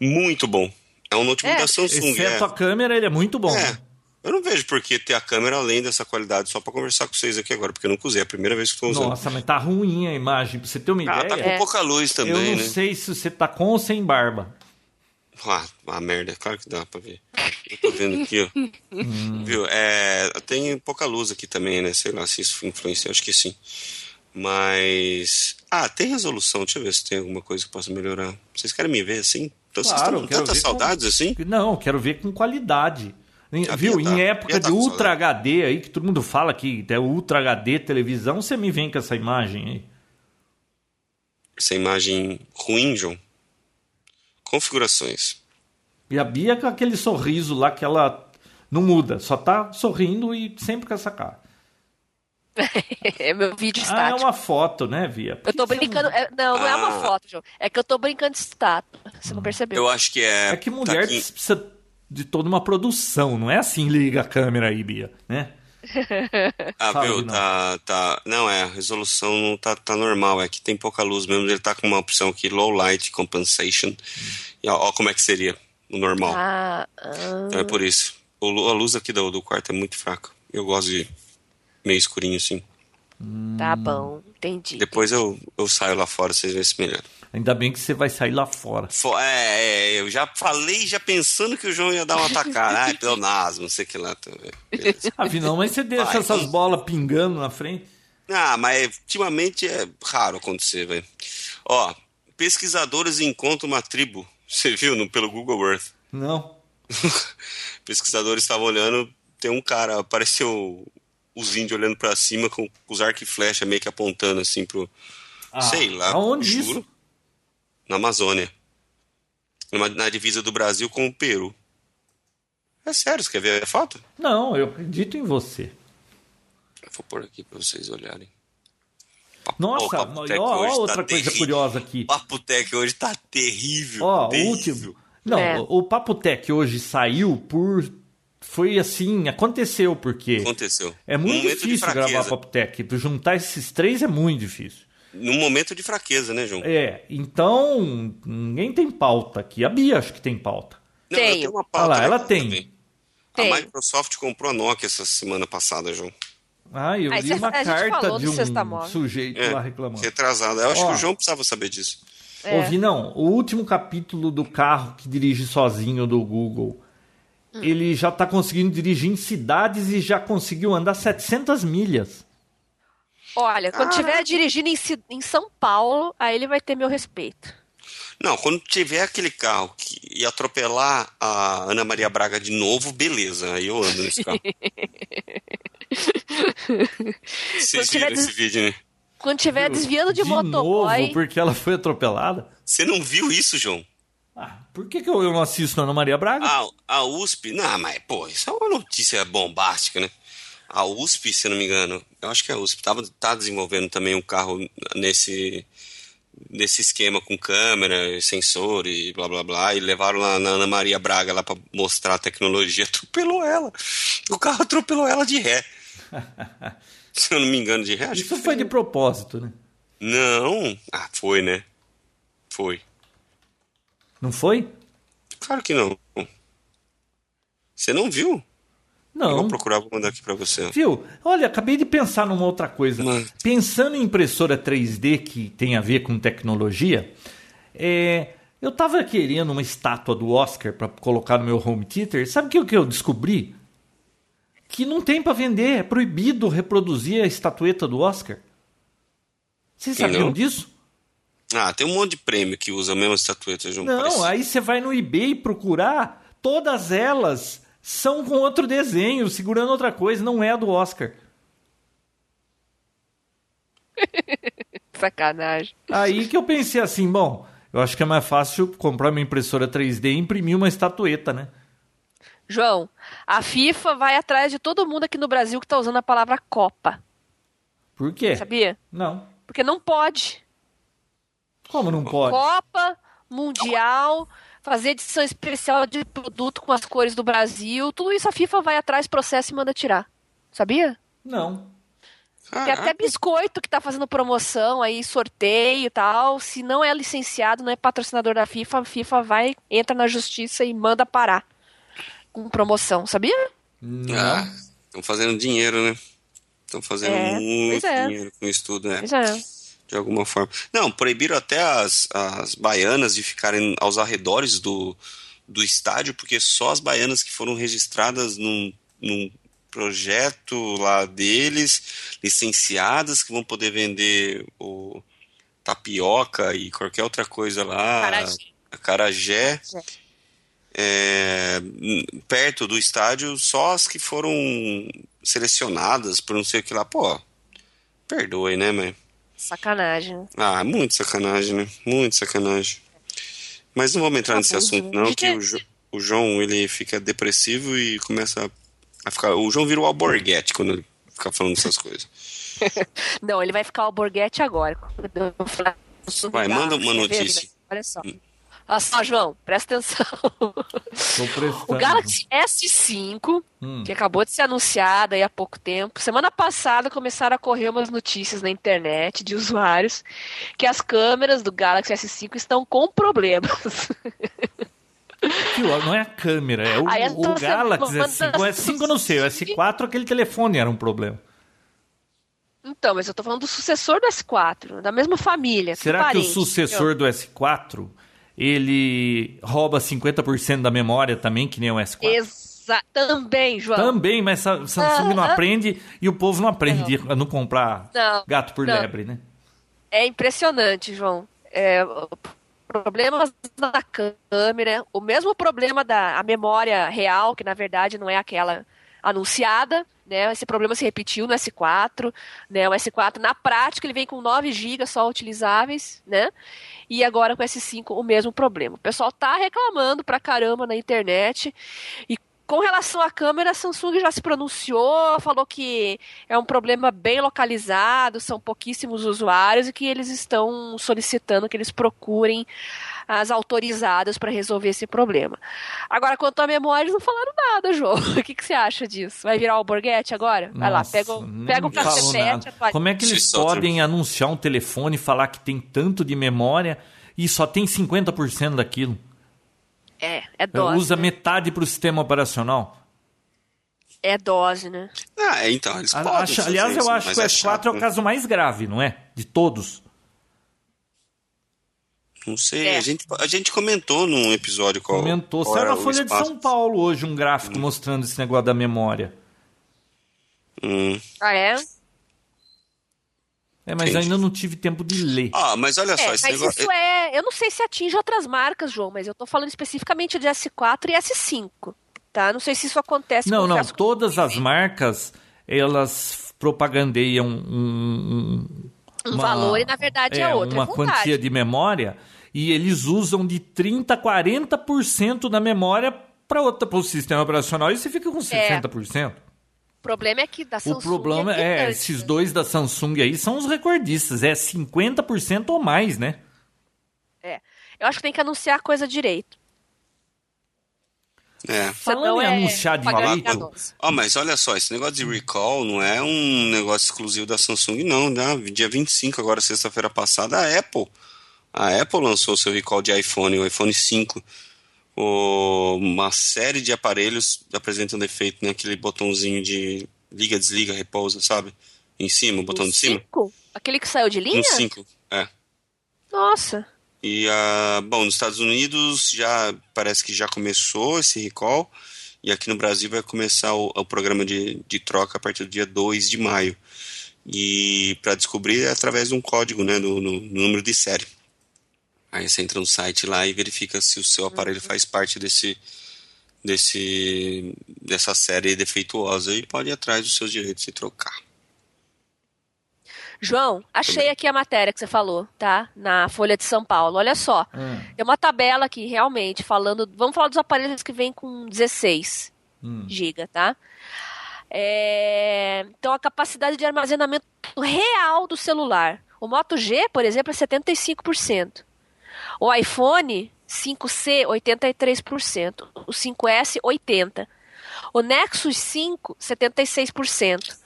[SPEAKER 2] muito bom. É um notebook
[SPEAKER 3] É.
[SPEAKER 2] da Samsung.
[SPEAKER 1] Exceto
[SPEAKER 2] é.
[SPEAKER 1] a câmera, ele é muito bom.
[SPEAKER 2] É.
[SPEAKER 1] né?
[SPEAKER 2] Eu não vejo por que ter a câmera além dessa qualidade só pra conversar com vocês aqui agora, porque eu nunca usei, é a primeira vez que estou usando.
[SPEAKER 1] Nossa, mas tá ruim a imagem. Pra você ter uma
[SPEAKER 2] ah,
[SPEAKER 1] ideia,
[SPEAKER 2] tá com
[SPEAKER 3] É.
[SPEAKER 2] pouca luz
[SPEAKER 1] eu
[SPEAKER 2] também,
[SPEAKER 1] não
[SPEAKER 2] né?
[SPEAKER 1] sei se você tá com ou sem barba.
[SPEAKER 2] Ah, uma merda, claro que dá pra ver. Eu tô vendo aqui, ó.
[SPEAKER 1] Hum.
[SPEAKER 2] Viu? É, tem pouca luz aqui também, né? Sei lá se isso influencia, acho que sim. Mas. Ah, tem resolução, deixa eu ver se tem alguma coisa que possa melhorar. Vocês querem me ver assim? Então, vocês
[SPEAKER 1] Claro,
[SPEAKER 2] estão com
[SPEAKER 1] quero
[SPEAKER 2] tantas
[SPEAKER 1] ver como-
[SPEAKER 2] saudades assim?
[SPEAKER 1] Não, quero ver com qualidade. Em-
[SPEAKER 2] Ah,
[SPEAKER 1] Viu?
[SPEAKER 2] ia dar-
[SPEAKER 1] em
[SPEAKER 2] ia
[SPEAKER 1] época
[SPEAKER 2] dar
[SPEAKER 1] de
[SPEAKER 2] com
[SPEAKER 1] Ultra
[SPEAKER 2] saudade.
[SPEAKER 1] HD aí, que todo mundo fala que é Ultra HD televisão, você me vem com essa imagem aí.
[SPEAKER 2] Essa imagem ruim, João. Configurações.
[SPEAKER 1] E a Bia com aquele sorriso lá que ela não muda, só tá sorrindo e sempre com essa cara.
[SPEAKER 3] É meu vídeo
[SPEAKER 1] Ah, é
[SPEAKER 3] estático.
[SPEAKER 1] uma foto, né, Bia?
[SPEAKER 3] Eu tô brincando. é- não, não é uma
[SPEAKER 2] Ah.
[SPEAKER 3] foto, João. É que eu tô brincando de estátua. Você não percebeu?
[SPEAKER 2] Eu acho que é.
[SPEAKER 1] É que
[SPEAKER 2] tá
[SPEAKER 1] mulher
[SPEAKER 2] aqui-
[SPEAKER 1] precisa de toda uma produção, não é assim, liga a câmera aí, Bia, né?
[SPEAKER 2] Ah,
[SPEAKER 1] Fala,
[SPEAKER 2] viu,
[SPEAKER 1] Vinão.
[SPEAKER 2] tá, tá. Não, é, a resolução não tá, tá normal, é que tem pouca luz mesmo. Ele tá com uma opção aqui, low light compensation. E ó, ó como é que seria o normal.
[SPEAKER 3] Ah, ah.
[SPEAKER 2] Então é por isso. O lu- a luz aqui do, do quarto é muito fraca. Eu gosto de meio escurinho assim.
[SPEAKER 3] Tá bom, entendi.
[SPEAKER 2] Depois eu, eu saio lá fora, vocês veem se melhor.
[SPEAKER 1] Ainda bem que você vai sair lá fora.
[SPEAKER 2] Fo- É, é, eu já falei, já pensando que o João ia dar uma atacada. ah, é pleonasmo, não sei o que lá. tá, beleza.
[SPEAKER 1] Ah, Vinão, mas você deixa
[SPEAKER 2] Vai.
[SPEAKER 1] essas bolas pingando na frente.
[SPEAKER 2] Ah, mas ultimamente é raro acontecer, velho. Ó, pesquisadores encontram uma tribo. Você viu no, pelo Google Earth?
[SPEAKER 1] Não.
[SPEAKER 2] Pesquisadores estavam olhando, tem um cara, apareceu os índios olhando pra cima com os arco e flecha meio que apontando assim pro.
[SPEAKER 1] Ah,
[SPEAKER 2] sei lá.
[SPEAKER 1] Aonde
[SPEAKER 2] juro.
[SPEAKER 1] isso?
[SPEAKER 2] Na Amazônia. Numa- na divisa do Brasil com o Peru. É sério, você quer ver a foto?
[SPEAKER 1] Não, eu acredito em você.
[SPEAKER 2] Eu Vou pôr aqui pra vocês olharem.
[SPEAKER 1] Nossa,
[SPEAKER 2] Opa,
[SPEAKER 1] ó,
[SPEAKER 2] Tec,
[SPEAKER 1] ó,
[SPEAKER 2] hoje tá
[SPEAKER 1] outra coisa
[SPEAKER 2] terrível.
[SPEAKER 1] curiosa aqui.
[SPEAKER 2] O Papo Tech hoje tá terrível.
[SPEAKER 1] Ó, o
[SPEAKER 2] terrível.
[SPEAKER 1] último. Não,
[SPEAKER 3] É.
[SPEAKER 1] o o Papo Tech hoje saiu por. Foi assim, aconteceu, porque.
[SPEAKER 2] Aconteceu.
[SPEAKER 1] É
[SPEAKER 2] Num
[SPEAKER 1] muito
[SPEAKER 2] um momento de
[SPEAKER 1] difícil
[SPEAKER 2] fraqueza.
[SPEAKER 1] gravar Papo Tech. Tu Juntar esses três é muito difícil.
[SPEAKER 2] Num momento de fraqueza, né, João?
[SPEAKER 1] É, então. Ninguém tem pauta aqui. A Bia acho que tem pauta.
[SPEAKER 2] Não, eu
[SPEAKER 3] Tenho.
[SPEAKER 2] tenho uma
[SPEAKER 1] Ah
[SPEAKER 2] pauta.
[SPEAKER 1] lá, ela
[SPEAKER 2] legal
[SPEAKER 1] tem.
[SPEAKER 2] também.
[SPEAKER 3] Tenho.
[SPEAKER 2] A Microsoft comprou a Nokia essa semana passada, João.
[SPEAKER 1] Ah, eu
[SPEAKER 3] Aí
[SPEAKER 1] li
[SPEAKER 3] cê-
[SPEAKER 1] uma
[SPEAKER 3] a gente
[SPEAKER 1] carta
[SPEAKER 3] falou
[SPEAKER 1] de
[SPEAKER 3] do Sexta
[SPEAKER 1] um
[SPEAKER 3] Móvel.
[SPEAKER 1] sujeito
[SPEAKER 2] É,
[SPEAKER 1] lá reclamando.
[SPEAKER 2] Retrasada. Eu acho
[SPEAKER 1] Ó.
[SPEAKER 2] que o João precisava saber disso.
[SPEAKER 3] É.
[SPEAKER 1] Ouvi, não. O último capítulo do carro que dirige sozinho do Google.
[SPEAKER 3] Hum.
[SPEAKER 1] Ele já tá conseguindo dirigir em cidades e já conseguiu andar 700 milhas.
[SPEAKER 3] Olha, quando
[SPEAKER 2] Caraca.
[SPEAKER 3] tiver dirigindo em, Si- em São Paulo, aí ele vai ter meu respeito.
[SPEAKER 2] Não, quando tiver aquele carro que e atropelar a Ana Maria Braga de novo, beleza. Aí eu ando nesse carro. Vocês
[SPEAKER 3] Quando tiver
[SPEAKER 2] viram esse vídeo, né?
[SPEAKER 3] Quando tiver desviando de, motoboy.
[SPEAKER 1] novo, porque ela foi atropelada.
[SPEAKER 2] Você não viu isso, João?
[SPEAKER 1] Ah, por que, que eu eu não assisto na Ana Maria Braga?
[SPEAKER 2] A, a USP. Não, mas, pô, isso é uma notícia bombástica, né? A USP, se eu não me engano, eu acho que é a USP, tava, tá desenvolvendo também um carro nesse, nesse esquema com câmera, sensor e blá blá blá, e levaram lá na Ana Maria Braga lá pra mostrar a tecnologia. Atropelou ela. O carro atropelou ela de ré. se eu não me engano, de ré, acho
[SPEAKER 1] Isso
[SPEAKER 2] que
[SPEAKER 1] foi de propósito, né?
[SPEAKER 2] Não. Ah, foi, né? Foi.
[SPEAKER 1] Não foi?
[SPEAKER 2] Claro que não. Você não viu? Eu
[SPEAKER 1] Não.
[SPEAKER 2] vou procurar, vou mandar aqui pra você.
[SPEAKER 1] Viu? Olha, acabei de pensar numa outra coisa.
[SPEAKER 2] Mano.
[SPEAKER 1] Pensando em impressora 3D que tem a ver com tecnologia, é, eu tava querendo uma estátua do Oscar para colocar no meu home theater. Sabe o que, que eu descobri? Que não tem para vender, é proibido reproduzir a estatueta do Oscar. Vocês
[SPEAKER 2] Não.
[SPEAKER 1] sabiam disso?
[SPEAKER 2] Ah, tem um monte de prêmio que usa a mesma estatueta, João.
[SPEAKER 1] Não,
[SPEAKER 2] parece.
[SPEAKER 1] aí você vai no eBay procurar, todas elas são com outro desenho, segurando outra coisa, não é a do Oscar.
[SPEAKER 3] Sacanagem.
[SPEAKER 1] Aí que eu pensei assim, bom, eu acho que é mais fácil comprar uma impressora 3D e imprimir uma estatueta, né?
[SPEAKER 3] João, a FIFA vai atrás de todo mundo aqui no Brasil que tá usando a palavra Copa.
[SPEAKER 1] Por quê?
[SPEAKER 3] Sabia?
[SPEAKER 1] Não.
[SPEAKER 3] Porque não pode.
[SPEAKER 1] Como não pode?
[SPEAKER 3] Copa, Mundial, fazer edição especial de produto com as cores do Brasil, tudo isso a FIFA vai atrás, processa e manda tirar. Sabia?
[SPEAKER 1] Não.
[SPEAKER 3] Tem
[SPEAKER 2] Caraca,
[SPEAKER 3] até biscoito que tá fazendo promoção aí, sorteio e tal. Se não é licenciado, não é patrocinador da FIFA, a FIFA vai, entra na justiça e manda parar com promoção, sabia?
[SPEAKER 1] Não.
[SPEAKER 2] Estão Ah, fazendo dinheiro, né? Estão fazendo
[SPEAKER 3] É, pois
[SPEAKER 2] muito
[SPEAKER 3] é.
[SPEAKER 2] dinheiro com isso tudo, né?
[SPEAKER 3] Pois é.
[SPEAKER 2] De alguma forma. Não, proibiram até as, as baianas de ficarem aos arredores do, do estádio, porque só as baianas que foram registradas num, num projeto lá deles, licenciadas, que vão poder vender o tapioca e qualquer outra coisa lá.
[SPEAKER 3] Acarajé.
[SPEAKER 2] Acarajé.
[SPEAKER 3] É.
[SPEAKER 2] É, n- perto do estádio, só as que foram selecionadas por não sei o que lá. Pô, perdoe, né, mãe?
[SPEAKER 3] Sacanagem.
[SPEAKER 2] Ah, muito sacanagem, né? Muito sacanagem. Mas não vamos entrar nesse
[SPEAKER 3] Abuso,
[SPEAKER 2] assunto,
[SPEAKER 3] né?
[SPEAKER 2] não,
[SPEAKER 3] Gente,
[SPEAKER 2] que o, Jo- o João, ele fica depressivo e começa a ficar... O João vira o alborguete quando ele fica falando essas coisas.
[SPEAKER 3] Não, ele vai ficar o Borghetti agora. Quando eu falar-
[SPEAKER 2] Vai, manda uma
[SPEAKER 3] Você vê,
[SPEAKER 2] notícia.
[SPEAKER 3] Guilherme? Olha só. Olha só, João, presta atenção.
[SPEAKER 1] Tô prestando.
[SPEAKER 3] O Galaxy S5,
[SPEAKER 1] Tá. Hum.
[SPEAKER 3] que acabou de ser anunciado aí há pouco tempo, semana passada começaram a correr umas notícias na internet de usuários que as câmeras do Galaxy S5 estão com problemas.
[SPEAKER 1] Pior, não é a câmera, é o,
[SPEAKER 3] Aí eu tô
[SPEAKER 1] o Galaxy é S5.
[SPEAKER 3] sendo-
[SPEAKER 1] O S5 eu não sei, o S4 aquele telefone era um problema.
[SPEAKER 3] Então, mas eu tô falando do sucessor do S4, da mesma família. tudo
[SPEAKER 1] Será que o
[SPEAKER 3] Assim, parente,
[SPEAKER 1] sucessor do S4 ele rouba 50% da memória também, que nem o S4?
[SPEAKER 3] entendeu? Exa também, João.
[SPEAKER 1] Também, mas Sa- Samsung não
[SPEAKER 3] Aham.
[SPEAKER 1] aprende e o povo não aprende a não comprar
[SPEAKER 3] Não,
[SPEAKER 1] gato por
[SPEAKER 3] não.
[SPEAKER 1] lebre, né?
[SPEAKER 3] É impressionante, João. É, problemas na câmera, o mesmo problema da a memória real, que na verdade não é aquela anunciada, né? Esse problema se repetiu no S4, né? O S4 na prática ele vem com 9 GB só utilizáveis, né? E agora com o S5 o mesmo problema. O pessoal tá reclamando pra caramba na internet e com relação à câmera, a Samsung já se pronunciou, falou que é um problema bem localizado, são pouquíssimos usuários e que eles estão solicitando que eles procurem as autorizadas para resolver esse problema. Agora, quanto à memória, eles não falaram nada, João. O que, que você acha disso? Vai virar o Borghetti agora? Vai lá,
[SPEAKER 1] Nossa,
[SPEAKER 3] pega, o-
[SPEAKER 1] nem
[SPEAKER 3] pega o
[SPEAKER 1] me falou
[SPEAKER 3] cassete,
[SPEAKER 1] nada.
[SPEAKER 3] atualiza.
[SPEAKER 1] Como é que eles
[SPEAKER 2] Sim, só
[SPEAKER 1] podem anunciar um telefone e falar que tem tanto de memória e só tem 50% daquilo?
[SPEAKER 3] É, é dose.
[SPEAKER 1] Usa metade para o sistema operacional?
[SPEAKER 3] É dose, né?
[SPEAKER 2] Ah, é, então, eles
[SPEAKER 1] A-
[SPEAKER 2] podem
[SPEAKER 1] acho-
[SPEAKER 2] fazer
[SPEAKER 1] aliás,
[SPEAKER 2] isso,
[SPEAKER 1] eu acho
[SPEAKER 2] mas
[SPEAKER 1] que o
[SPEAKER 2] é
[SPEAKER 1] S4
[SPEAKER 2] chato,
[SPEAKER 1] é o
[SPEAKER 2] né?
[SPEAKER 1] caso mais grave, não é? De todos.
[SPEAKER 2] Não sei,
[SPEAKER 3] É.
[SPEAKER 2] a, gente, a gente comentou num episódio qual
[SPEAKER 1] Comentou.
[SPEAKER 2] qual
[SPEAKER 1] Saiu
[SPEAKER 2] era
[SPEAKER 1] na
[SPEAKER 2] o
[SPEAKER 1] Folha de
[SPEAKER 2] espaço.
[SPEAKER 1] São Paulo hoje um gráfico mostrando esse negócio da memória.
[SPEAKER 2] Hum.
[SPEAKER 3] Ah, é?
[SPEAKER 1] É, mas
[SPEAKER 2] Entendi.
[SPEAKER 1] ainda não tive tempo de ler.
[SPEAKER 2] Ah, mas olha
[SPEAKER 3] É,
[SPEAKER 2] só,
[SPEAKER 3] mas
[SPEAKER 2] esse negócio...
[SPEAKER 3] isso é. Eu não sei se atinge outras marcas, João, mas eu tô falando especificamente de S4 e S5. Tá? Não sei se isso acontece
[SPEAKER 1] Não, não.
[SPEAKER 3] confesso que-
[SPEAKER 1] Todas as marcas, elas propagandeiam um,
[SPEAKER 3] Um valor e, na verdade, é outro, é
[SPEAKER 1] Uma
[SPEAKER 3] vontade.
[SPEAKER 1] quantia de memória e eles usam de 30% a 40% da memória para o sistema operacional e você fica com 60%.
[SPEAKER 3] O problema é que da É. Samsung.
[SPEAKER 1] o problema é,
[SPEAKER 3] gritante,
[SPEAKER 1] esses
[SPEAKER 3] né?
[SPEAKER 1] dois da Samsung aí são os recordistas, é 50% ou mais, né?
[SPEAKER 3] Eu acho que tem que anunciar a coisa direito.
[SPEAKER 2] É.
[SPEAKER 1] Falando
[SPEAKER 3] Senão
[SPEAKER 1] em
[SPEAKER 3] é
[SPEAKER 1] anunciar
[SPEAKER 3] propaganda
[SPEAKER 1] direito,
[SPEAKER 3] enganosa.
[SPEAKER 2] Ó, Ah, mas olha só, esse negócio de recall não é um negócio exclusivo da Samsung, não, né? Dia 25, agora sexta-feira passada, a Apple. A Apple lançou seu recall de iPhone, o iPhone 5. O- uma série de aparelhos apresentando efeito naquele botãozinho de liga, desliga, repousa, sabe? Em cima, o botão
[SPEAKER 3] No
[SPEAKER 2] de cima.
[SPEAKER 3] Um cinco? Aquele que saiu de linha?
[SPEAKER 2] No 5, é.
[SPEAKER 3] Nossa.
[SPEAKER 2] E, ah, bom, nos Estados Unidos já parece que já começou esse recall, e aqui no Brasil vai começar o, o programa de, de troca a partir do dia 2 de maio. E para descobrir é através de um código, né, no, no- no número de série. Aí você entra no site lá e verifica se o seu aparelho
[SPEAKER 3] Uhum.
[SPEAKER 2] faz parte desse, desse, dessa série defeituosa e pode ir atrás dos seus direitos e trocar.
[SPEAKER 3] João, achei aqui a matéria que você falou, tá? Na Folha de São Paulo. Olha só.
[SPEAKER 2] É,
[SPEAKER 3] Tem uma tabela aqui, realmente, falando. Vamos falar dos aparelhos que vêm com 16
[SPEAKER 1] Hum.
[SPEAKER 3] GB, tá? É, Então, a capacidade de armazenamento real do celular. O Moto G, por exemplo, é 75%. O iPhone 5C, 83%. O 5S, 80%. O Nexus 5, 76%.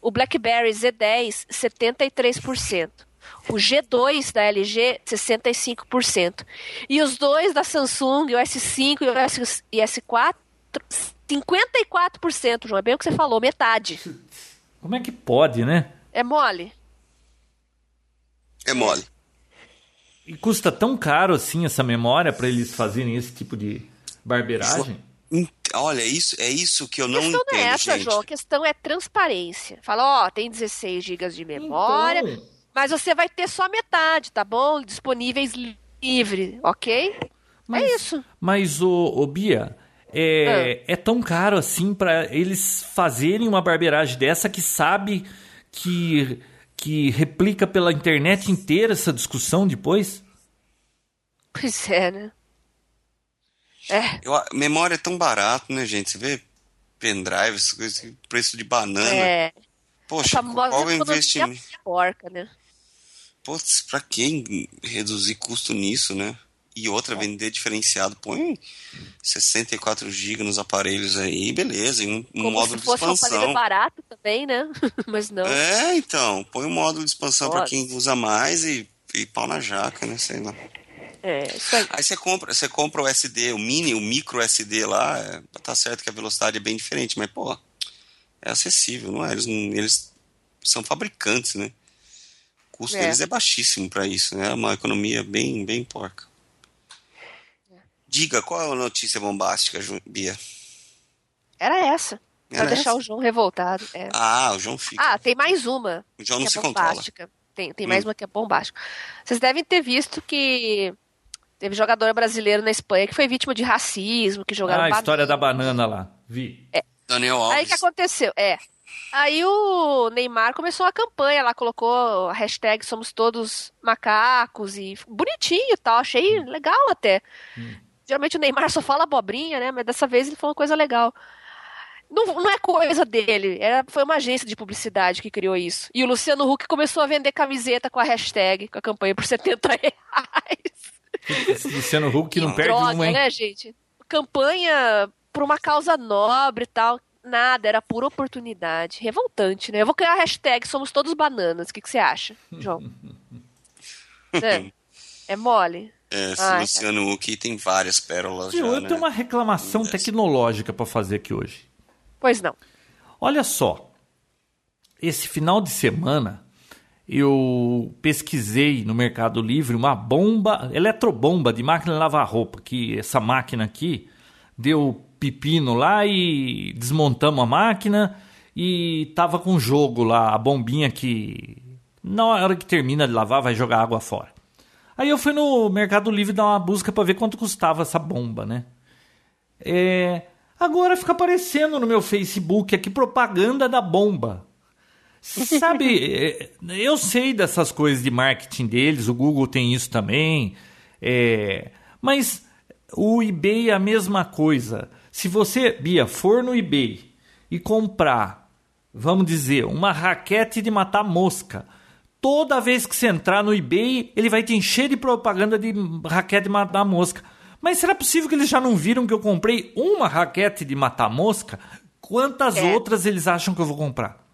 [SPEAKER 3] O BlackBerry Z10, 73%. O G2 da LG, 65%. E os dois da Samsung, o S5 e o S- e S4, 54%, João. É bem o que você falou, metade.
[SPEAKER 1] Como é que pode, né?
[SPEAKER 3] É mole?
[SPEAKER 2] É mole.
[SPEAKER 1] E custa tão caro assim essa memória para eles fazerem esse tipo de barbeiragem?
[SPEAKER 2] Ent- Olha, isso, é isso que eu
[SPEAKER 3] a
[SPEAKER 2] não
[SPEAKER 3] questão
[SPEAKER 2] entendo,
[SPEAKER 3] não é essa,
[SPEAKER 2] gente.
[SPEAKER 3] João. A questão é transparência. Fala, ó, tem 16 GB de memória,
[SPEAKER 1] Então,
[SPEAKER 3] mas você vai ter só metade, tá bom? Disponíveis li- livre, ok?
[SPEAKER 1] mas,
[SPEAKER 3] É isso.
[SPEAKER 1] Mas, ô, ô, Bia, é,
[SPEAKER 3] Ah.
[SPEAKER 1] é tão caro assim para eles fazerem uma barbeiragem dessa que sabe que, que replica pela internet inteira essa discussão depois?
[SPEAKER 3] Pois é, né? É,
[SPEAKER 2] Eu- a memória é tão barato, né, gente? Você vê pendrive, essas coisas, que preço de banana.
[SPEAKER 3] é. A
[SPEAKER 2] Poxa,
[SPEAKER 3] famosa
[SPEAKER 2] qual é o
[SPEAKER 3] economia
[SPEAKER 2] investimento?
[SPEAKER 3] porca, né?
[SPEAKER 2] Putz, pra quem reduzir custo nisso, né? E
[SPEAKER 3] É.
[SPEAKER 2] outra, vender diferenciado. Põe 64 GB nos aparelhos aí, beleza, e um, um
[SPEAKER 3] Como se
[SPEAKER 2] módulo de
[SPEAKER 3] fosse um aparelho
[SPEAKER 2] expansão.
[SPEAKER 3] barato também, né? mas não.
[SPEAKER 2] É, então, põe um módulo de expansão pra
[SPEAKER 3] Nossa.
[SPEAKER 2] quem usa mais e, e pau na jaca, né? Sei lá.
[SPEAKER 3] É, isso aí.
[SPEAKER 2] Aí você compra, você compra o SD, o mini, o micro SD lá, é, tá certo que a velocidade é bem diferente, mas pô, é acessível, não é? Eles, não- eles são fabricantes, né? O custo
[SPEAKER 3] É.
[SPEAKER 2] deles é baixíssimo para isso, né? É uma economia bem, bem porca. Diga, qual é a notícia bombástica, Ju- Bia?
[SPEAKER 3] Era essa. Pra
[SPEAKER 2] Era
[SPEAKER 3] deixar
[SPEAKER 2] essa?
[SPEAKER 3] o João revoltado. é.
[SPEAKER 2] Ah, o João fica.
[SPEAKER 3] Ah, tem mais uma.
[SPEAKER 2] o João não
[SPEAKER 3] que
[SPEAKER 2] se
[SPEAKER 3] é
[SPEAKER 2] controla. Hum.
[SPEAKER 3] bombástica. Tem, tem mais uma que é bombástica. Vocês devem ter visto que teve jogadora brasileira na Espanha que foi vítima de racismo, que jogaram
[SPEAKER 1] ah,
[SPEAKER 3] É.
[SPEAKER 1] a
[SPEAKER 3] banana.
[SPEAKER 1] história da banana lá. Vi.
[SPEAKER 2] Daniel
[SPEAKER 3] Aí o
[SPEAKER 2] Alves.
[SPEAKER 3] que aconteceu? É. Aí o Neymar começou uma campanha lá, colocou a hashtag Somos Todos Macacos e ficou bonitinho e tal, achei
[SPEAKER 2] Hum.
[SPEAKER 3] legal até. Geralmente o Neymar só fala abobrinha, né? Mas dessa vez ele falou uma coisa legal. Não, não é coisa dele, era, foi uma agência de publicidade que criou isso. E o Luciano Huck começou a vender camiseta com a hashtag, com a campanha por 70 reais.
[SPEAKER 1] Esse Luciano Huck que não perde
[SPEAKER 3] droga,
[SPEAKER 1] um, hein?
[SPEAKER 3] né, gente? Campanha por uma causa nobre e tal. Nada, era pura oportunidade. Revoltante, né? Eu vou criar a hashtag Somos Todos Bananas. O que, que você acha, João? Né? É mole?
[SPEAKER 2] É, esse
[SPEAKER 3] Ah,
[SPEAKER 2] Luciano Huck tem várias pérolas
[SPEAKER 1] Tio,
[SPEAKER 2] já,
[SPEAKER 1] eu
[SPEAKER 2] né? é.
[SPEAKER 1] tenho uma é reclamação tecnológica para fazer aqui hoje.
[SPEAKER 3] Pois não.
[SPEAKER 1] Olha só, esse final de semana eu pesquisei no Mercado Livre uma bomba, eletrobomba de máquina de lavar roupa, que essa máquina aqui deu pepino lá e desmontamos a máquina e tava com jogo lá, a bombinha que na hora que termina de lavar vai jogar água fora. Aí eu fui no Mercado Livre dar uma busca para ver quanto custava essa bomba, né? É, agora fica aparecendo no meu Facebook aqui propaganda da bomba. Sabe, é, eu sei dessas coisas de marketing deles, o Google tem isso também, é, mas o eBay é a mesma coisa. Se você, Bia, for no eBay e comprar, vamos dizer, uma raquete de matar mosca, toda vez que você entrar no eBay, ele vai te encher de propaganda de raquete de matar mosca. Mas será possível que eles já não viram que eu comprei uma raquete de matar mosca? Quantas
[SPEAKER 3] É.
[SPEAKER 1] outras eles acham que eu vou comprar?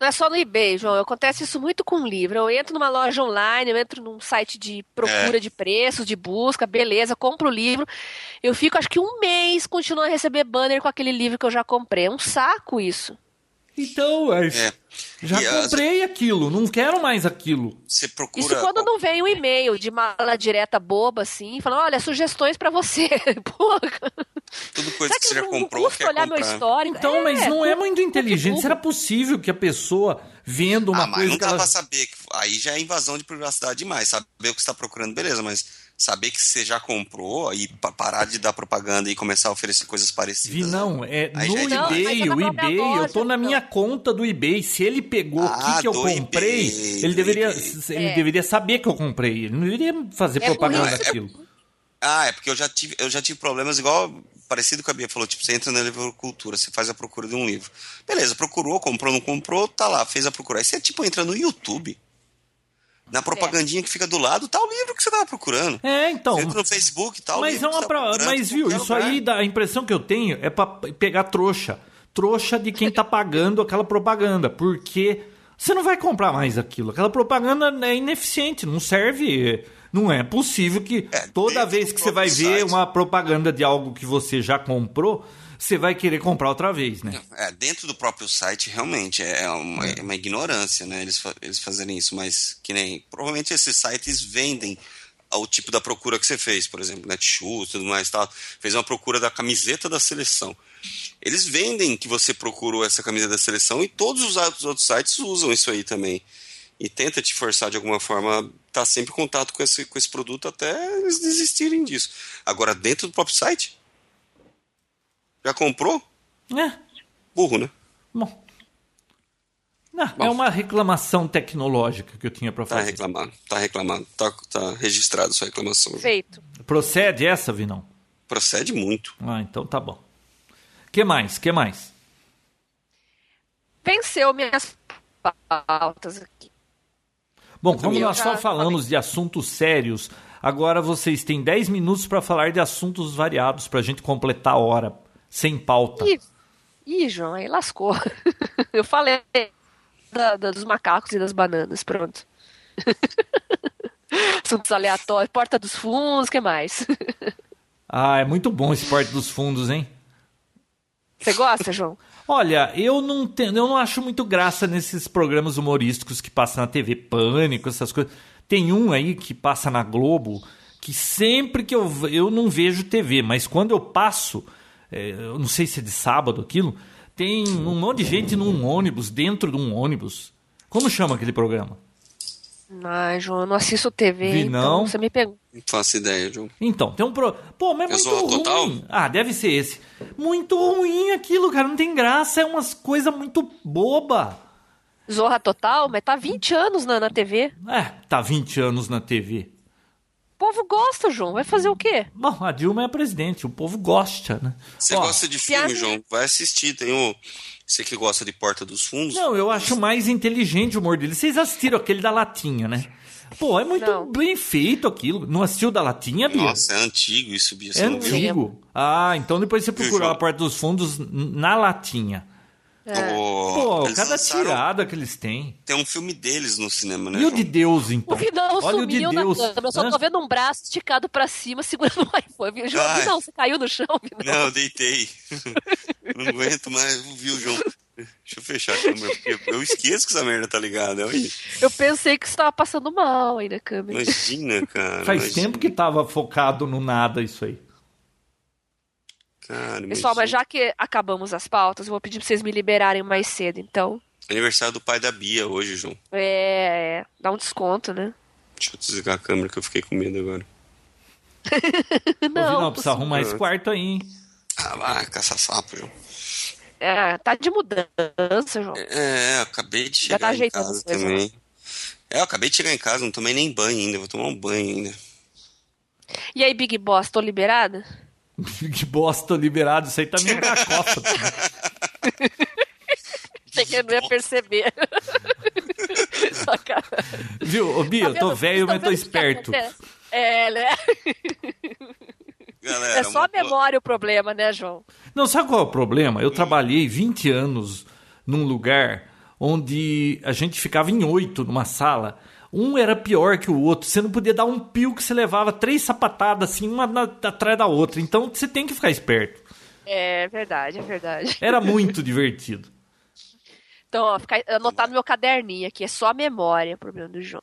[SPEAKER 3] Não é só no eBay, João. Acontece isso muito com livro. Eu entro numa loja online, eu entro num site de
[SPEAKER 1] É.
[SPEAKER 3] procura de preços, de busca, beleza, compro o livro. Eu fico acho que um mês continuando a receber banner com aquele livro que eu já comprei. É um saco isso.
[SPEAKER 1] Então, é,
[SPEAKER 2] É.
[SPEAKER 1] já
[SPEAKER 2] E as-
[SPEAKER 1] comprei aquilo, não quero mais aquilo.
[SPEAKER 2] Você procura.
[SPEAKER 3] Isso quando não vem um e-mail de mala direta boba, assim, falando, olha, sugestões pra você. Pô,
[SPEAKER 2] Tudo coisa
[SPEAKER 3] será
[SPEAKER 2] que, você já
[SPEAKER 3] não
[SPEAKER 2] comprou,
[SPEAKER 3] custa
[SPEAKER 2] quer
[SPEAKER 3] olhar
[SPEAKER 2] comprar.
[SPEAKER 3] meu histórico?
[SPEAKER 1] Então, mas não é
[SPEAKER 3] cu-
[SPEAKER 1] muito inteligente.
[SPEAKER 3] cu-
[SPEAKER 1] Será possível que a pessoa vendo uma
[SPEAKER 2] ah, mas
[SPEAKER 1] coisa
[SPEAKER 2] não
[SPEAKER 1] que
[SPEAKER 2] dá
[SPEAKER 1] ela...
[SPEAKER 2] pra saber. que- Aí já é invasão de privacidade demais. Saber o que você tá procurando, beleza, mas saber que você já comprou e pa- parar de dar propaganda e começar a oferecer coisas parecidas.
[SPEAKER 1] Vi, não, é
[SPEAKER 2] Aí
[SPEAKER 1] no
[SPEAKER 2] já é
[SPEAKER 3] demais.
[SPEAKER 1] eBay,
[SPEAKER 3] Não,
[SPEAKER 1] o
[SPEAKER 3] mas eu tô na
[SPEAKER 1] eBay,
[SPEAKER 3] minha
[SPEAKER 1] eu tô na
[SPEAKER 3] loja,
[SPEAKER 1] minha conta do eBay. Se ele pegou o
[SPEAKER 2] Ah,
[SPEAKER 1] que, que eu
[SPEAKER 2] do
[SPEAKER 1] comprei,
[SPEAKER 2] eBay,
[SPEAKER 1] ele,
[SPEAKER 2] do
[SPEAKER 1] deveria,
[SPEAKER 2] eBay.
[SPEAKER 1] ele
[SPEAKER 3] É.
[SPEAKER 1] deveria saber que eu comprei. Ele não deveria fazer
[SPEAKER 3] É
[SPEAKER 1] propaganda
[SPEAKER 3] burrice.
[SPEAKER 1] daquilo.
[SPEAKER 2] Ah, é porque eu já tive, eu já tive problemas igual parecido com a Bia falou, tipo, você entra na livrocultura, você faz a procura de um livro. Beleza, procurou, comprou, não comprou, tá lá, fez a procura. Aí você tipo entra no YouTube. Na propagandinha que fica do lado, tá o livro que você tava procurando.
[SPEAKER 1] É, então.
[SPEAKER 2] Você entra no Facebook, tá o
[SPEAKER 1] Mas, é
[SPEAKER 2] livro. que
[SPEAKER 1] uma
[SPEAKER 2] você
[SPEAKER 1] pra-
[SPEAKER 2] tava procurando,
[SPEAKER 1] mas viu,
[SPEAKER 2] qualquer
[SPEAKER 1] isso
[SPEAKER 2] lugar.
[SPEAKER 1] aí, dá... a impressão que eu tenho é pra p- pegar trouxa. Trouxa de quem tá pagando aquela propaganda. Porque Você não vai comprar mais aquilo. Aquela propaganda é ineficiente, não serve. Não é possível que
[SPEAKER 2] É,
[SPEAKER 1] toda
[SPEAKER 2] dentro
[SPEAKER 1] vez
[SPEAKER 2] do
[SPEAKER 1] que você vai
[SPEAKER 2] próprio
[SPEAKER 1] ver
[SPEAKER 2] site.
[SPEAKER 1] uma propaganda de algo que você já comprou, você vai querer comprar outra vez, né?
[SPEAKER 2] É, dentro do próprio site, realmente, é uma, é uma ignorância, né? Eles, fa- eles fazerem isso, mas que nem. Provavelmente esses sites vendem ao tipo da procura que você fez, por exemplo, Netshoes e tudo mais, tal. Fez uma procura da camiseta da seleção. Eles vendem que você procurou essa camiseta da seleção e todos os outros outros sites usam isso aí também. E tenta te forçar de alguma forma a estar sempre em contato com esse, com esse produto até eles desistirem disso. Agora, dentro do próprio site, já comprou?
[SPEAKER 1] É.
[SPEAKER 2] Burro, né?
[SPEAKER 1] Bom. Não, é
[SPEAKER 2] Bom.
[SPEAKER 1] uma reclamação tecnológica que eu tinha para
[SPEAKER 2] Tá
[SPEAKER 1] fazer.
[SPEAKER 2] reclamando, tá reclamando, tá, tá registrado sua reclamação.
[SPEAKER 3] Feito.
[SPEAKER 1] Procede essa, Vinão?
[SPEAKER 2] Procede muito.
[SPEAKER 1] Ah, então tá bom. Que mais? Que mais?
[SPEAKER 3] Venceu minhas pautas aqui.
[SPEAKER 1] Bom, como
[SPEAKER 3] também.
[SPEAKER 1] nós
[SPEAKER 3] Eu
[SPEAKER 1] só
[SPEAKER 3] já
[SPEAKER 1] falamos de assuntos sérios, agora vocês têm 10 minutos para falar de assuntos variados pra gente completar a hora sem pauta.
[SPEAKER 3] Ih, ih, João, aí lascou. Eu falei da- da- dos macacos e das bananas, pronto. Assuntos aleatórios, porta dos fundos, que mais?
[SPEAKER 1] Ah, é muito bom esse parte dos fundos, hein?
[SPEAKER 3] Você gosta, João?
[SPEAKER 1] Olha, eu não tenho, eu não acho muito graça nesses programas humorísticos que passam na TV Pânico, essas coisas. Tem um aí que passa na Globo que sempre que eu ve- eu não vejo TV, mas quando eu passo, é, eu não sei se é de sábado aquilo, tem um monte de gente num ônibus, dentro de um ônibus. Como chama aquele programa?
[SPEAKER 3] Ai, João, eu não assisto TV,
[SPEAKER 1] Vi,
[SPEAKER 3] então
[SPEAKER 1] não.
[SPEAKER 3] você me pegou.
[SPEAKER 2] Não faço ideia, João.
[SPEAKER 1] Então, tem um pro... Pô, mas é
[SPEAKER 2] Eu
[SPEAKER 1] muito
[SPEAKER 2] sou
[SPEAKER 1] ruim.
[SPEAKER 2] total?
[SPEAKER 1] Ah, deve ser esse. Muito ruim aquilo, cara, não tem graça, é umas coisas muito boba.
[SPEAKER 3] Zorra Total, mas tá 20 anos na, na TV.
[SPEAKER 1] É, tá 20 anos na TV.
[SPEAKER 3] O povo gosta, João, vai fazer o quê?
[SPEAKER 1] Bom, a Dilma é a presidente, o povo gosta, né?
[SPEAKER 2] Você
[SPEAKER 1] Ó,
[SPEAKER 2] gosta de filme,
[SPEAKER 3] piada-
[SPEAKER 2] João? Vai assistir. Tem o. Você que gosta de Porta dos Fundos?
[SPEAKER 1] Não, eu acho mais inteligente o humor dele. Vocês assistiram aquele da latinha, né? Pô, é muito
[SPEAKER 3] Não.
[SPEAKER 1] bem feito aquilo. Não assistiu da latinha, Bia?
[SPEAKER 2] Nossa, é antigo isso, Bia. Você
[SPEAKER 1] é
[SPEAKER 2] não viu?
[SPEAKER 1] antigo. Ah, então depois você procurou
[SPEAKER 2] João?
[SPEAKER 1] a Porta dos Fundos na latinha. É.
[SPEAKER 3] É.
[SPEAKER 2] Pô,
[SPEAKER 1] Pô,
[SPEAKER 2] eles
[SPEAKER 1] cada
[SPEAKER 2] lançaram-
[SPEAKER 1] tirada que eles têm.
[SPEAKER 2] Tem um filme deles no cinema, né?
[SPEAKER 1] E o
[SPEAKER 2] João?
[SPEAKER 1] de Deus, então?
[SPEAKER 3] O Vinão
[SPEAKER 1] Olha o de
[SPEAKER 3] sumiu na
[SPEAKER 1] Deus.
[SPEAKER 3] câmera, eu só
[SPEAKER 1] Hã?
[SPEAKER 3] tô vendo um braço esticado pra cima, segurando o iPhone. João,
[SPEAKER 2] Ai.
[SPEAKER 3] Vinão, você caiu no chão, Vinão?
[SPEAKER 2] Não, eu deitei. não aguento mais, viu, João? Deixa eu fechar a câmera, porque eu esqueço que essa merda tá ligada. Olha aí.
[SPEAKER 3] Eu pensei que você tava passando mal aí na câmera.
[SPEAKER 2] Imagina, cara.
[SPEAKER 1] Faz
[SPEAKER 2] imagina,
[SPEAKER 1] tempo que tava focado no nada isso aí.
[SPEAKER 2] Cara,
[SPEAKER 3] Pessoal, mas
[SPEAKER 2] imagina.
[SPEAKER 3] já que acabamos as pautas, eu vou pedir pra vocês me liberarem mais cedo, então.
[SPEAKER 2] Aniversário do pai da Bia hoje, João.
[SPEAKER 3] É. é, Dá um desconto, né?
[SPEAKER 2] Deixa eu desligar a câmera que eu fiquei com medo agora.
[SPEAKER 1] Não,
[SPEAKER 3] Não,
[SPEAKER 1] precisa arrumar
[SPEAKER 2] É.
[SPEAKER 1] esse quarto aí, hein?
[SPEAKER 2] Ah, vai, caça sapo, João.
[SPEAKER 3] é, tá de mudança, João.
[SPEAKER 2] É, eu acabei de chegar
[SPEAKER 3] tá
[SPEAKER 2] em
[SPEAKER 3] ajeitando
[SPEAKER 2] casa
[SPEAKER 3] as coisas,
[SPEAKER 2] também. É, eu acabei de chegar em casa, não tomei nem banho ainda, vou tomar um banho ainda.
[SPEAKER 3] E aí, Big Boss, tô liberada?
[SPEAKER 1] Que bosta liberado, isso aí tá meio cacota.
[SPEAKER 3] Achei que eu não ia perceber. Sacanagem.
[SPEAKER 1] Viu, ô Bia, eu tô
[SPEAKER 3] Tá Vendo-
[SPEAKER 1] velho,
[SPEAKER 3] estão
[SPEAKER 1] mas tô
[SPEAKER 3] vendo o que
[SPEAKER 1] esperto.
[SPEAKER 3] acontece? É, né?
[SPEAKER 2] Galera,
[SPEAKER 3] É só a
[SPEAKER 2] uma boa-
[SPEAKER 3] memória o problema, né, João?
[SPEAKER 1] Não, sabe qual é o problema? Eu trabalhei 20 anos num lugar onde a gente ficava em oito numa sala. Um era pior que o outro. Você não podia dar um pio que você levava três sapatadas assim, uma na- atrás da outra. Então você tem que ficar esperto.
[SPEAKER 3] É verdade, é verdade.
[SPEAKER 1] Era muito divertido.
[SPEAKER 3] Então, ó, fica anotar no meu caderninho aqui, é só a memória o problema do João.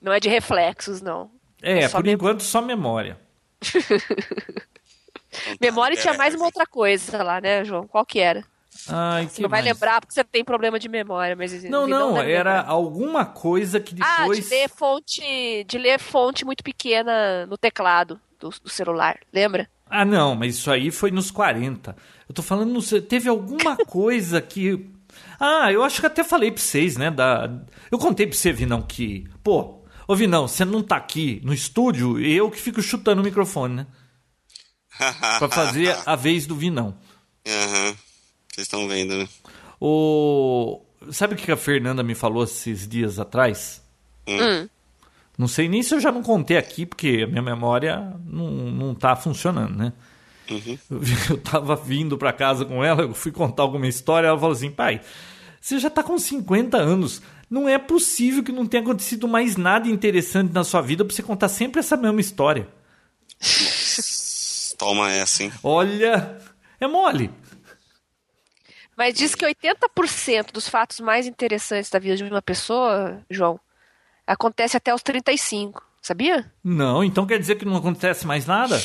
[SPEAKER 3] Não é de reflexos, não.
[SPEAKER 1] É,
[SPEAKER 3] Só
[SPEAKER 1] por
[SPEAKER 3] mem-
[SPEAKER 1] enquanto só memória.
[SPEAKER 2] Então tá,
[SPEAKER 3] Memória tinha
[SPEAKER 2] galera,
[SPEAKER 3] mais uma outra coisa lá, né, João? Qual que era?
[SPEAKER 1] Ai, que
[SPEAKER 3] Você não vai
[SPEAKER 1] mais?
[SPEAKER 3] lembrar porque você tem problema de memória, mas
[SPEAKER 1] Não,
[SPEAKER 3] o
[SPEAKER 1] não,
[SPEAKER 3] deve
[SPEAKER 1] era
[SPEAKER 3] lembrar.
[SPEAKER 1] alguma coisa que
[SPEAKER 3] Ah,
[SPEAKER 1] depois.
[SPEAKER 3] de ler fonte, de ler fonte muito pequena no teclado do, do celular, lembra?
[SPEAKER 1] Ah, não, mas isso aí foi nos 40. Eu tô falando, não sei, teve alguma coisa que. Ah, eu acho que até falei pra vocês, né? Da... Eu contei pra você, Vinão, que. Pô, ô Vinão, você não tá aqui no estúdio, eu que fico chutando o microfone, né? Pra fazer a vez do Vinão.
[SPEAKER 2] Aham. Vocês estão vendo, né?
[SPEAKER 1] O... Sabe o que a Fernanda me falou esses dias atrás?
[SPEAKER 3] Hum.
[SPEAKER 1] Não sei nem se eu já não contei aqui, porque a minha memória não, não tá funcionando, né? Eu tava vindo pra casa com ela, eu fui contar alguma história, ela falou assim, pai, você já tá com 50 anos, Não é possível que não tenha acontecido mais nada interessante na sua vida pra você contar sempre essa mesma história.
[SPEAKER 2] Toma essa, hein?
[SPEAKER 1] Olha, é mole.
[SPEAKER 3] Mas diz que 80% dos fatos mais interessantes da vida de uma pessoa, João, acontece até os 35, sabia?
[SPEAKER 1] Não, então quer dizer que não acontece mais nada?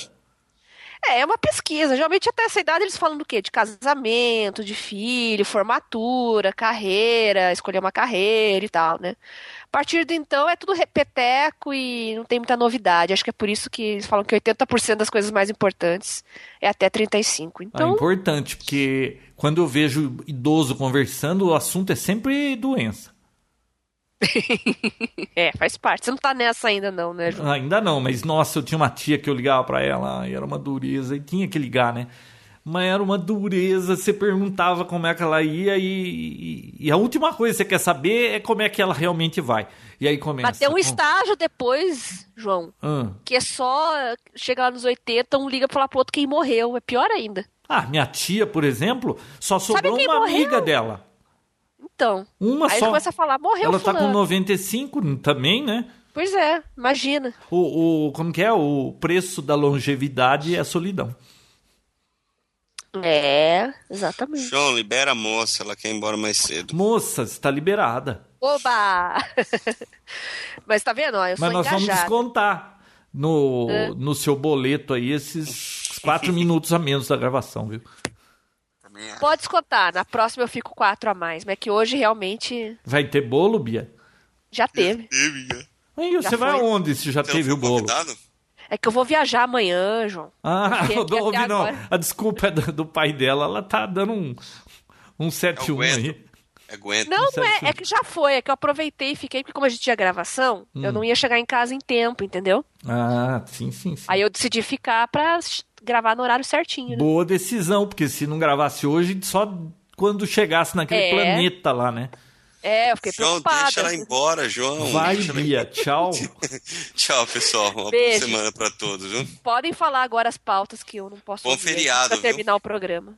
[SPEAKER 3] É, é uma pesquisa. Geralmente até essa idade eles falam do quê? De casamento, de filho, formatura, carreira, escolher uma carreira e tal, né? A partir de então é tudo repeteco e não tem muita novidade. Acho que é por isso que eles falam que 80% das coisas mais importantes é até 35.
[SPEAKER 1] É
[SPEAKER 3] Então,
[SPEAKER 1] importante, porque quando eu vejo idoso conversando, o assunto é sempre doença.
[SPEAKER 3] é, faz parte. Você não tá nessa ainda não, né, João?
[SPEAKER 1] Ainda não, mas nossa, eu tinha uma tia que eu ligava pra ela e era uma dureza, e tinha que ligar, né? Mas era uma dureza, você perguntava como é que ela ia e, e- e a última coisa que você quer saber é como é que ela realmente vai. E aí começa.
[SPEAKER 3] Mas tem um
[SPEAKER 1] com-
[SPEAKER 3] estágio depois, João,
[SPEAKER 1] Ah.
[SPEAKER 3] que é só chegar lá nos 80, um liga pra lá pro outro quem morreu. É pior ainda.
[SPEAKER 1] Ah, minha tia, por exemplo, só sobrou
[SPEAKER 3] quem
[SPEAKER 1] uma
[SPEAKER 3] morreu?
[SPEAKER 1] amiga dela.
[SPEAKER 3] Então,
[SPEAKER 1] Uma
[SPEAKER 3] aí
[SPEAKER 1] só.
[SPEAKER 3] começa a falar, morreu
[SPEAKER 1] Ela tá
[SPEAKER 3] fulano.
[SPEAKER 1] com 95 também, né?
[SPEAKER 3] Pois é, imagina.
[SPEAKER 1] O, o- como que é? O preço da longevidade é a solidão.
[SPEAKER 3] É, exatamente.
[SPEAKER 2] João, libera a moça, ela quer ir embora mais cedo.
[SPEAKER 1] Moça, está liberada.
[SPEAKER 3] Oba! Mas tá vendo? Ó, eu
[SPEAKER 1] Mas
[SPEAKER 3] sou
[SPEAKER 1] nós vamos
[SPEAKER 3] engajada. É.
[SPEAKER 1] descontar no, no seu boleto aí esses quatro minutos a menos da gravação, viu?
[SPEAKER 3] Pode descontar. Na próxima eu fico quatro a mais. Mas é que hoje realmente
[SPEAKER 1] Vai ter bolo, Bia?
[SPEAKER 3] já teve.
[SPEAKER 2] Ih, minha.
[SPEAKER 1] Aí, você vai
[SPEAKER 3] foi.
[SPEAKER 1] aonde se já
[SPEAKER 2] Você
[SPEAKER 1] teve
[SPEAKER 2] não
[SPEAKER 1] o
[SPEAKER 2] foi
[SPEAKER 1] bolo?
[SPEAKER 2] convidado?
[SPEAKER 3] É que eu vou viajar amanhã, João.
[SPEAKER 1] Ah,
[SPEAKER 3] Porque aqui
[SPEAKER 1] não,
[SPEAKER 3] até
[SPEAKER 1] ouvi, não.
[SPEAKER 3] agora-
[SPEAKER 1] A desculpa é do, do pai dela. Ela tá dando um, um 7-1 aí.
[SPEAKER 2] Aguento. Aguenta.
[SPEAKER 3] Não,
[SPEAKER 1] Isso
[SPEAKER 3] não
[SPEAKER 1] é
[SPEAKER 3] é,
[SPEAKER 1] absurdo.
[SPEAKER 3] é que já foi, é que eu aproveitei e fiquei, porque como a gente tinha gravação,
[SPEAKER 1] Hum.
[SPEAKER 3] eu não ia chegar em casa em tempo, entendeu?
[SPEAKER 1] Ah, sim, sim, sim.
[SPEAKER 3] Aí eu decidi ficar pra s- gravar no horário certinho, né?
[SPEAKER 1] Boa decisão, porque se não gravasse hoje, só quando chegasse naquele
[SPEAKER 3] É.
[SPEAKER 1] planeta lá, né?
[SPEAKER 3] É, eu fiquei
[SPEAKER 2] João,
[SPEAKER 3] preocupada.
[SPEAKER 2] deixa ela embora, João.
[SPEAKER 1] Vai,
[SPEAKER 2] Deixa ela
[SPEAKER 1] Bia. Tchau.
[SPEAKER 2] em- Tchau, pessoal. Uma boa
[SPEAKER 3] Beijo.
[SPEAKER 2] semana pra todos, viu?
[SPEAKER 3] Podem falar agora as pautas que eu não posso
[SPEAKER 2] Bom
[SPEAKER 3] ouvir
[SPEAKER 2] feriado,
[SPEAKER 3] pra
[SPEAKER 2] viu?
[SPEAKER 3] terminar o programa.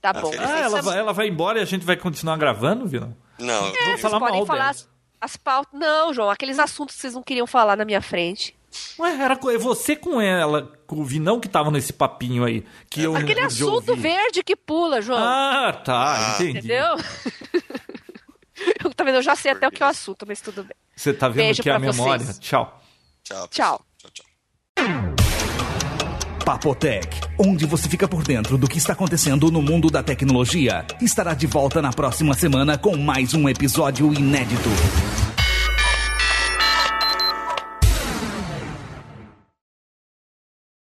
[SPEAKER 3] Tá bom.
[SPEAKER 2] feriado.
[SPEAKER 1] Ah, ela vai, ela vai embora e a gente vai continuar gravando, Virão?
[SPEAKER 2] Não,
[SPEAKER 1] Vou
[SPEAKER 3] É, Vocês
[SPEAKER 1] falar
[SPEAKER 3] podem
[SPEAKER 1] mal
[SPEAKER 3] falar
[SPEAKER 1] dela.
[SPEAKER 3] as, as pautas. Não, João, aqueles assuntos que vocês não queriam falar na minha frente.
[SPEAKER 1] Ué, era co- é você com ela, com o Vinão que tava nesse papinho aí, que eu
[SPEAKER 3] Aquele
[SPEAKER 1] não pude
[SPEAKER 3] assunto
[SPEAKER 1] ouvir.
[SPEAKER 3] verde que pula, João.
[SPEAKER 1] Ah, tá,
[SPEAKER 2] Ah.
[SPEAKER 1] entendi.
[SPEAKER 3] entendeu? eu, tá vendo? eu já sei até o que é o assunto, mas tudo bem.
[SPEAKER 1] Você tá vendo
[SPEAKER 3] Beijo
[SPEAKER 1] que é a
[SPEAKER 3] pra vocês.
[SPEAKER 1] memória? Tchau.
[SPEAKER 2] tchau. pessoal.
[SPEAKER 3] Tchau.
[SPEAKER 2] Tchau, tchau.
[SPEAKER 4] Papotec, onde você fica por dentro do que está acontecendo no mundo da tecnologia, estará de volta na próxima semana com mais um episódio inédito.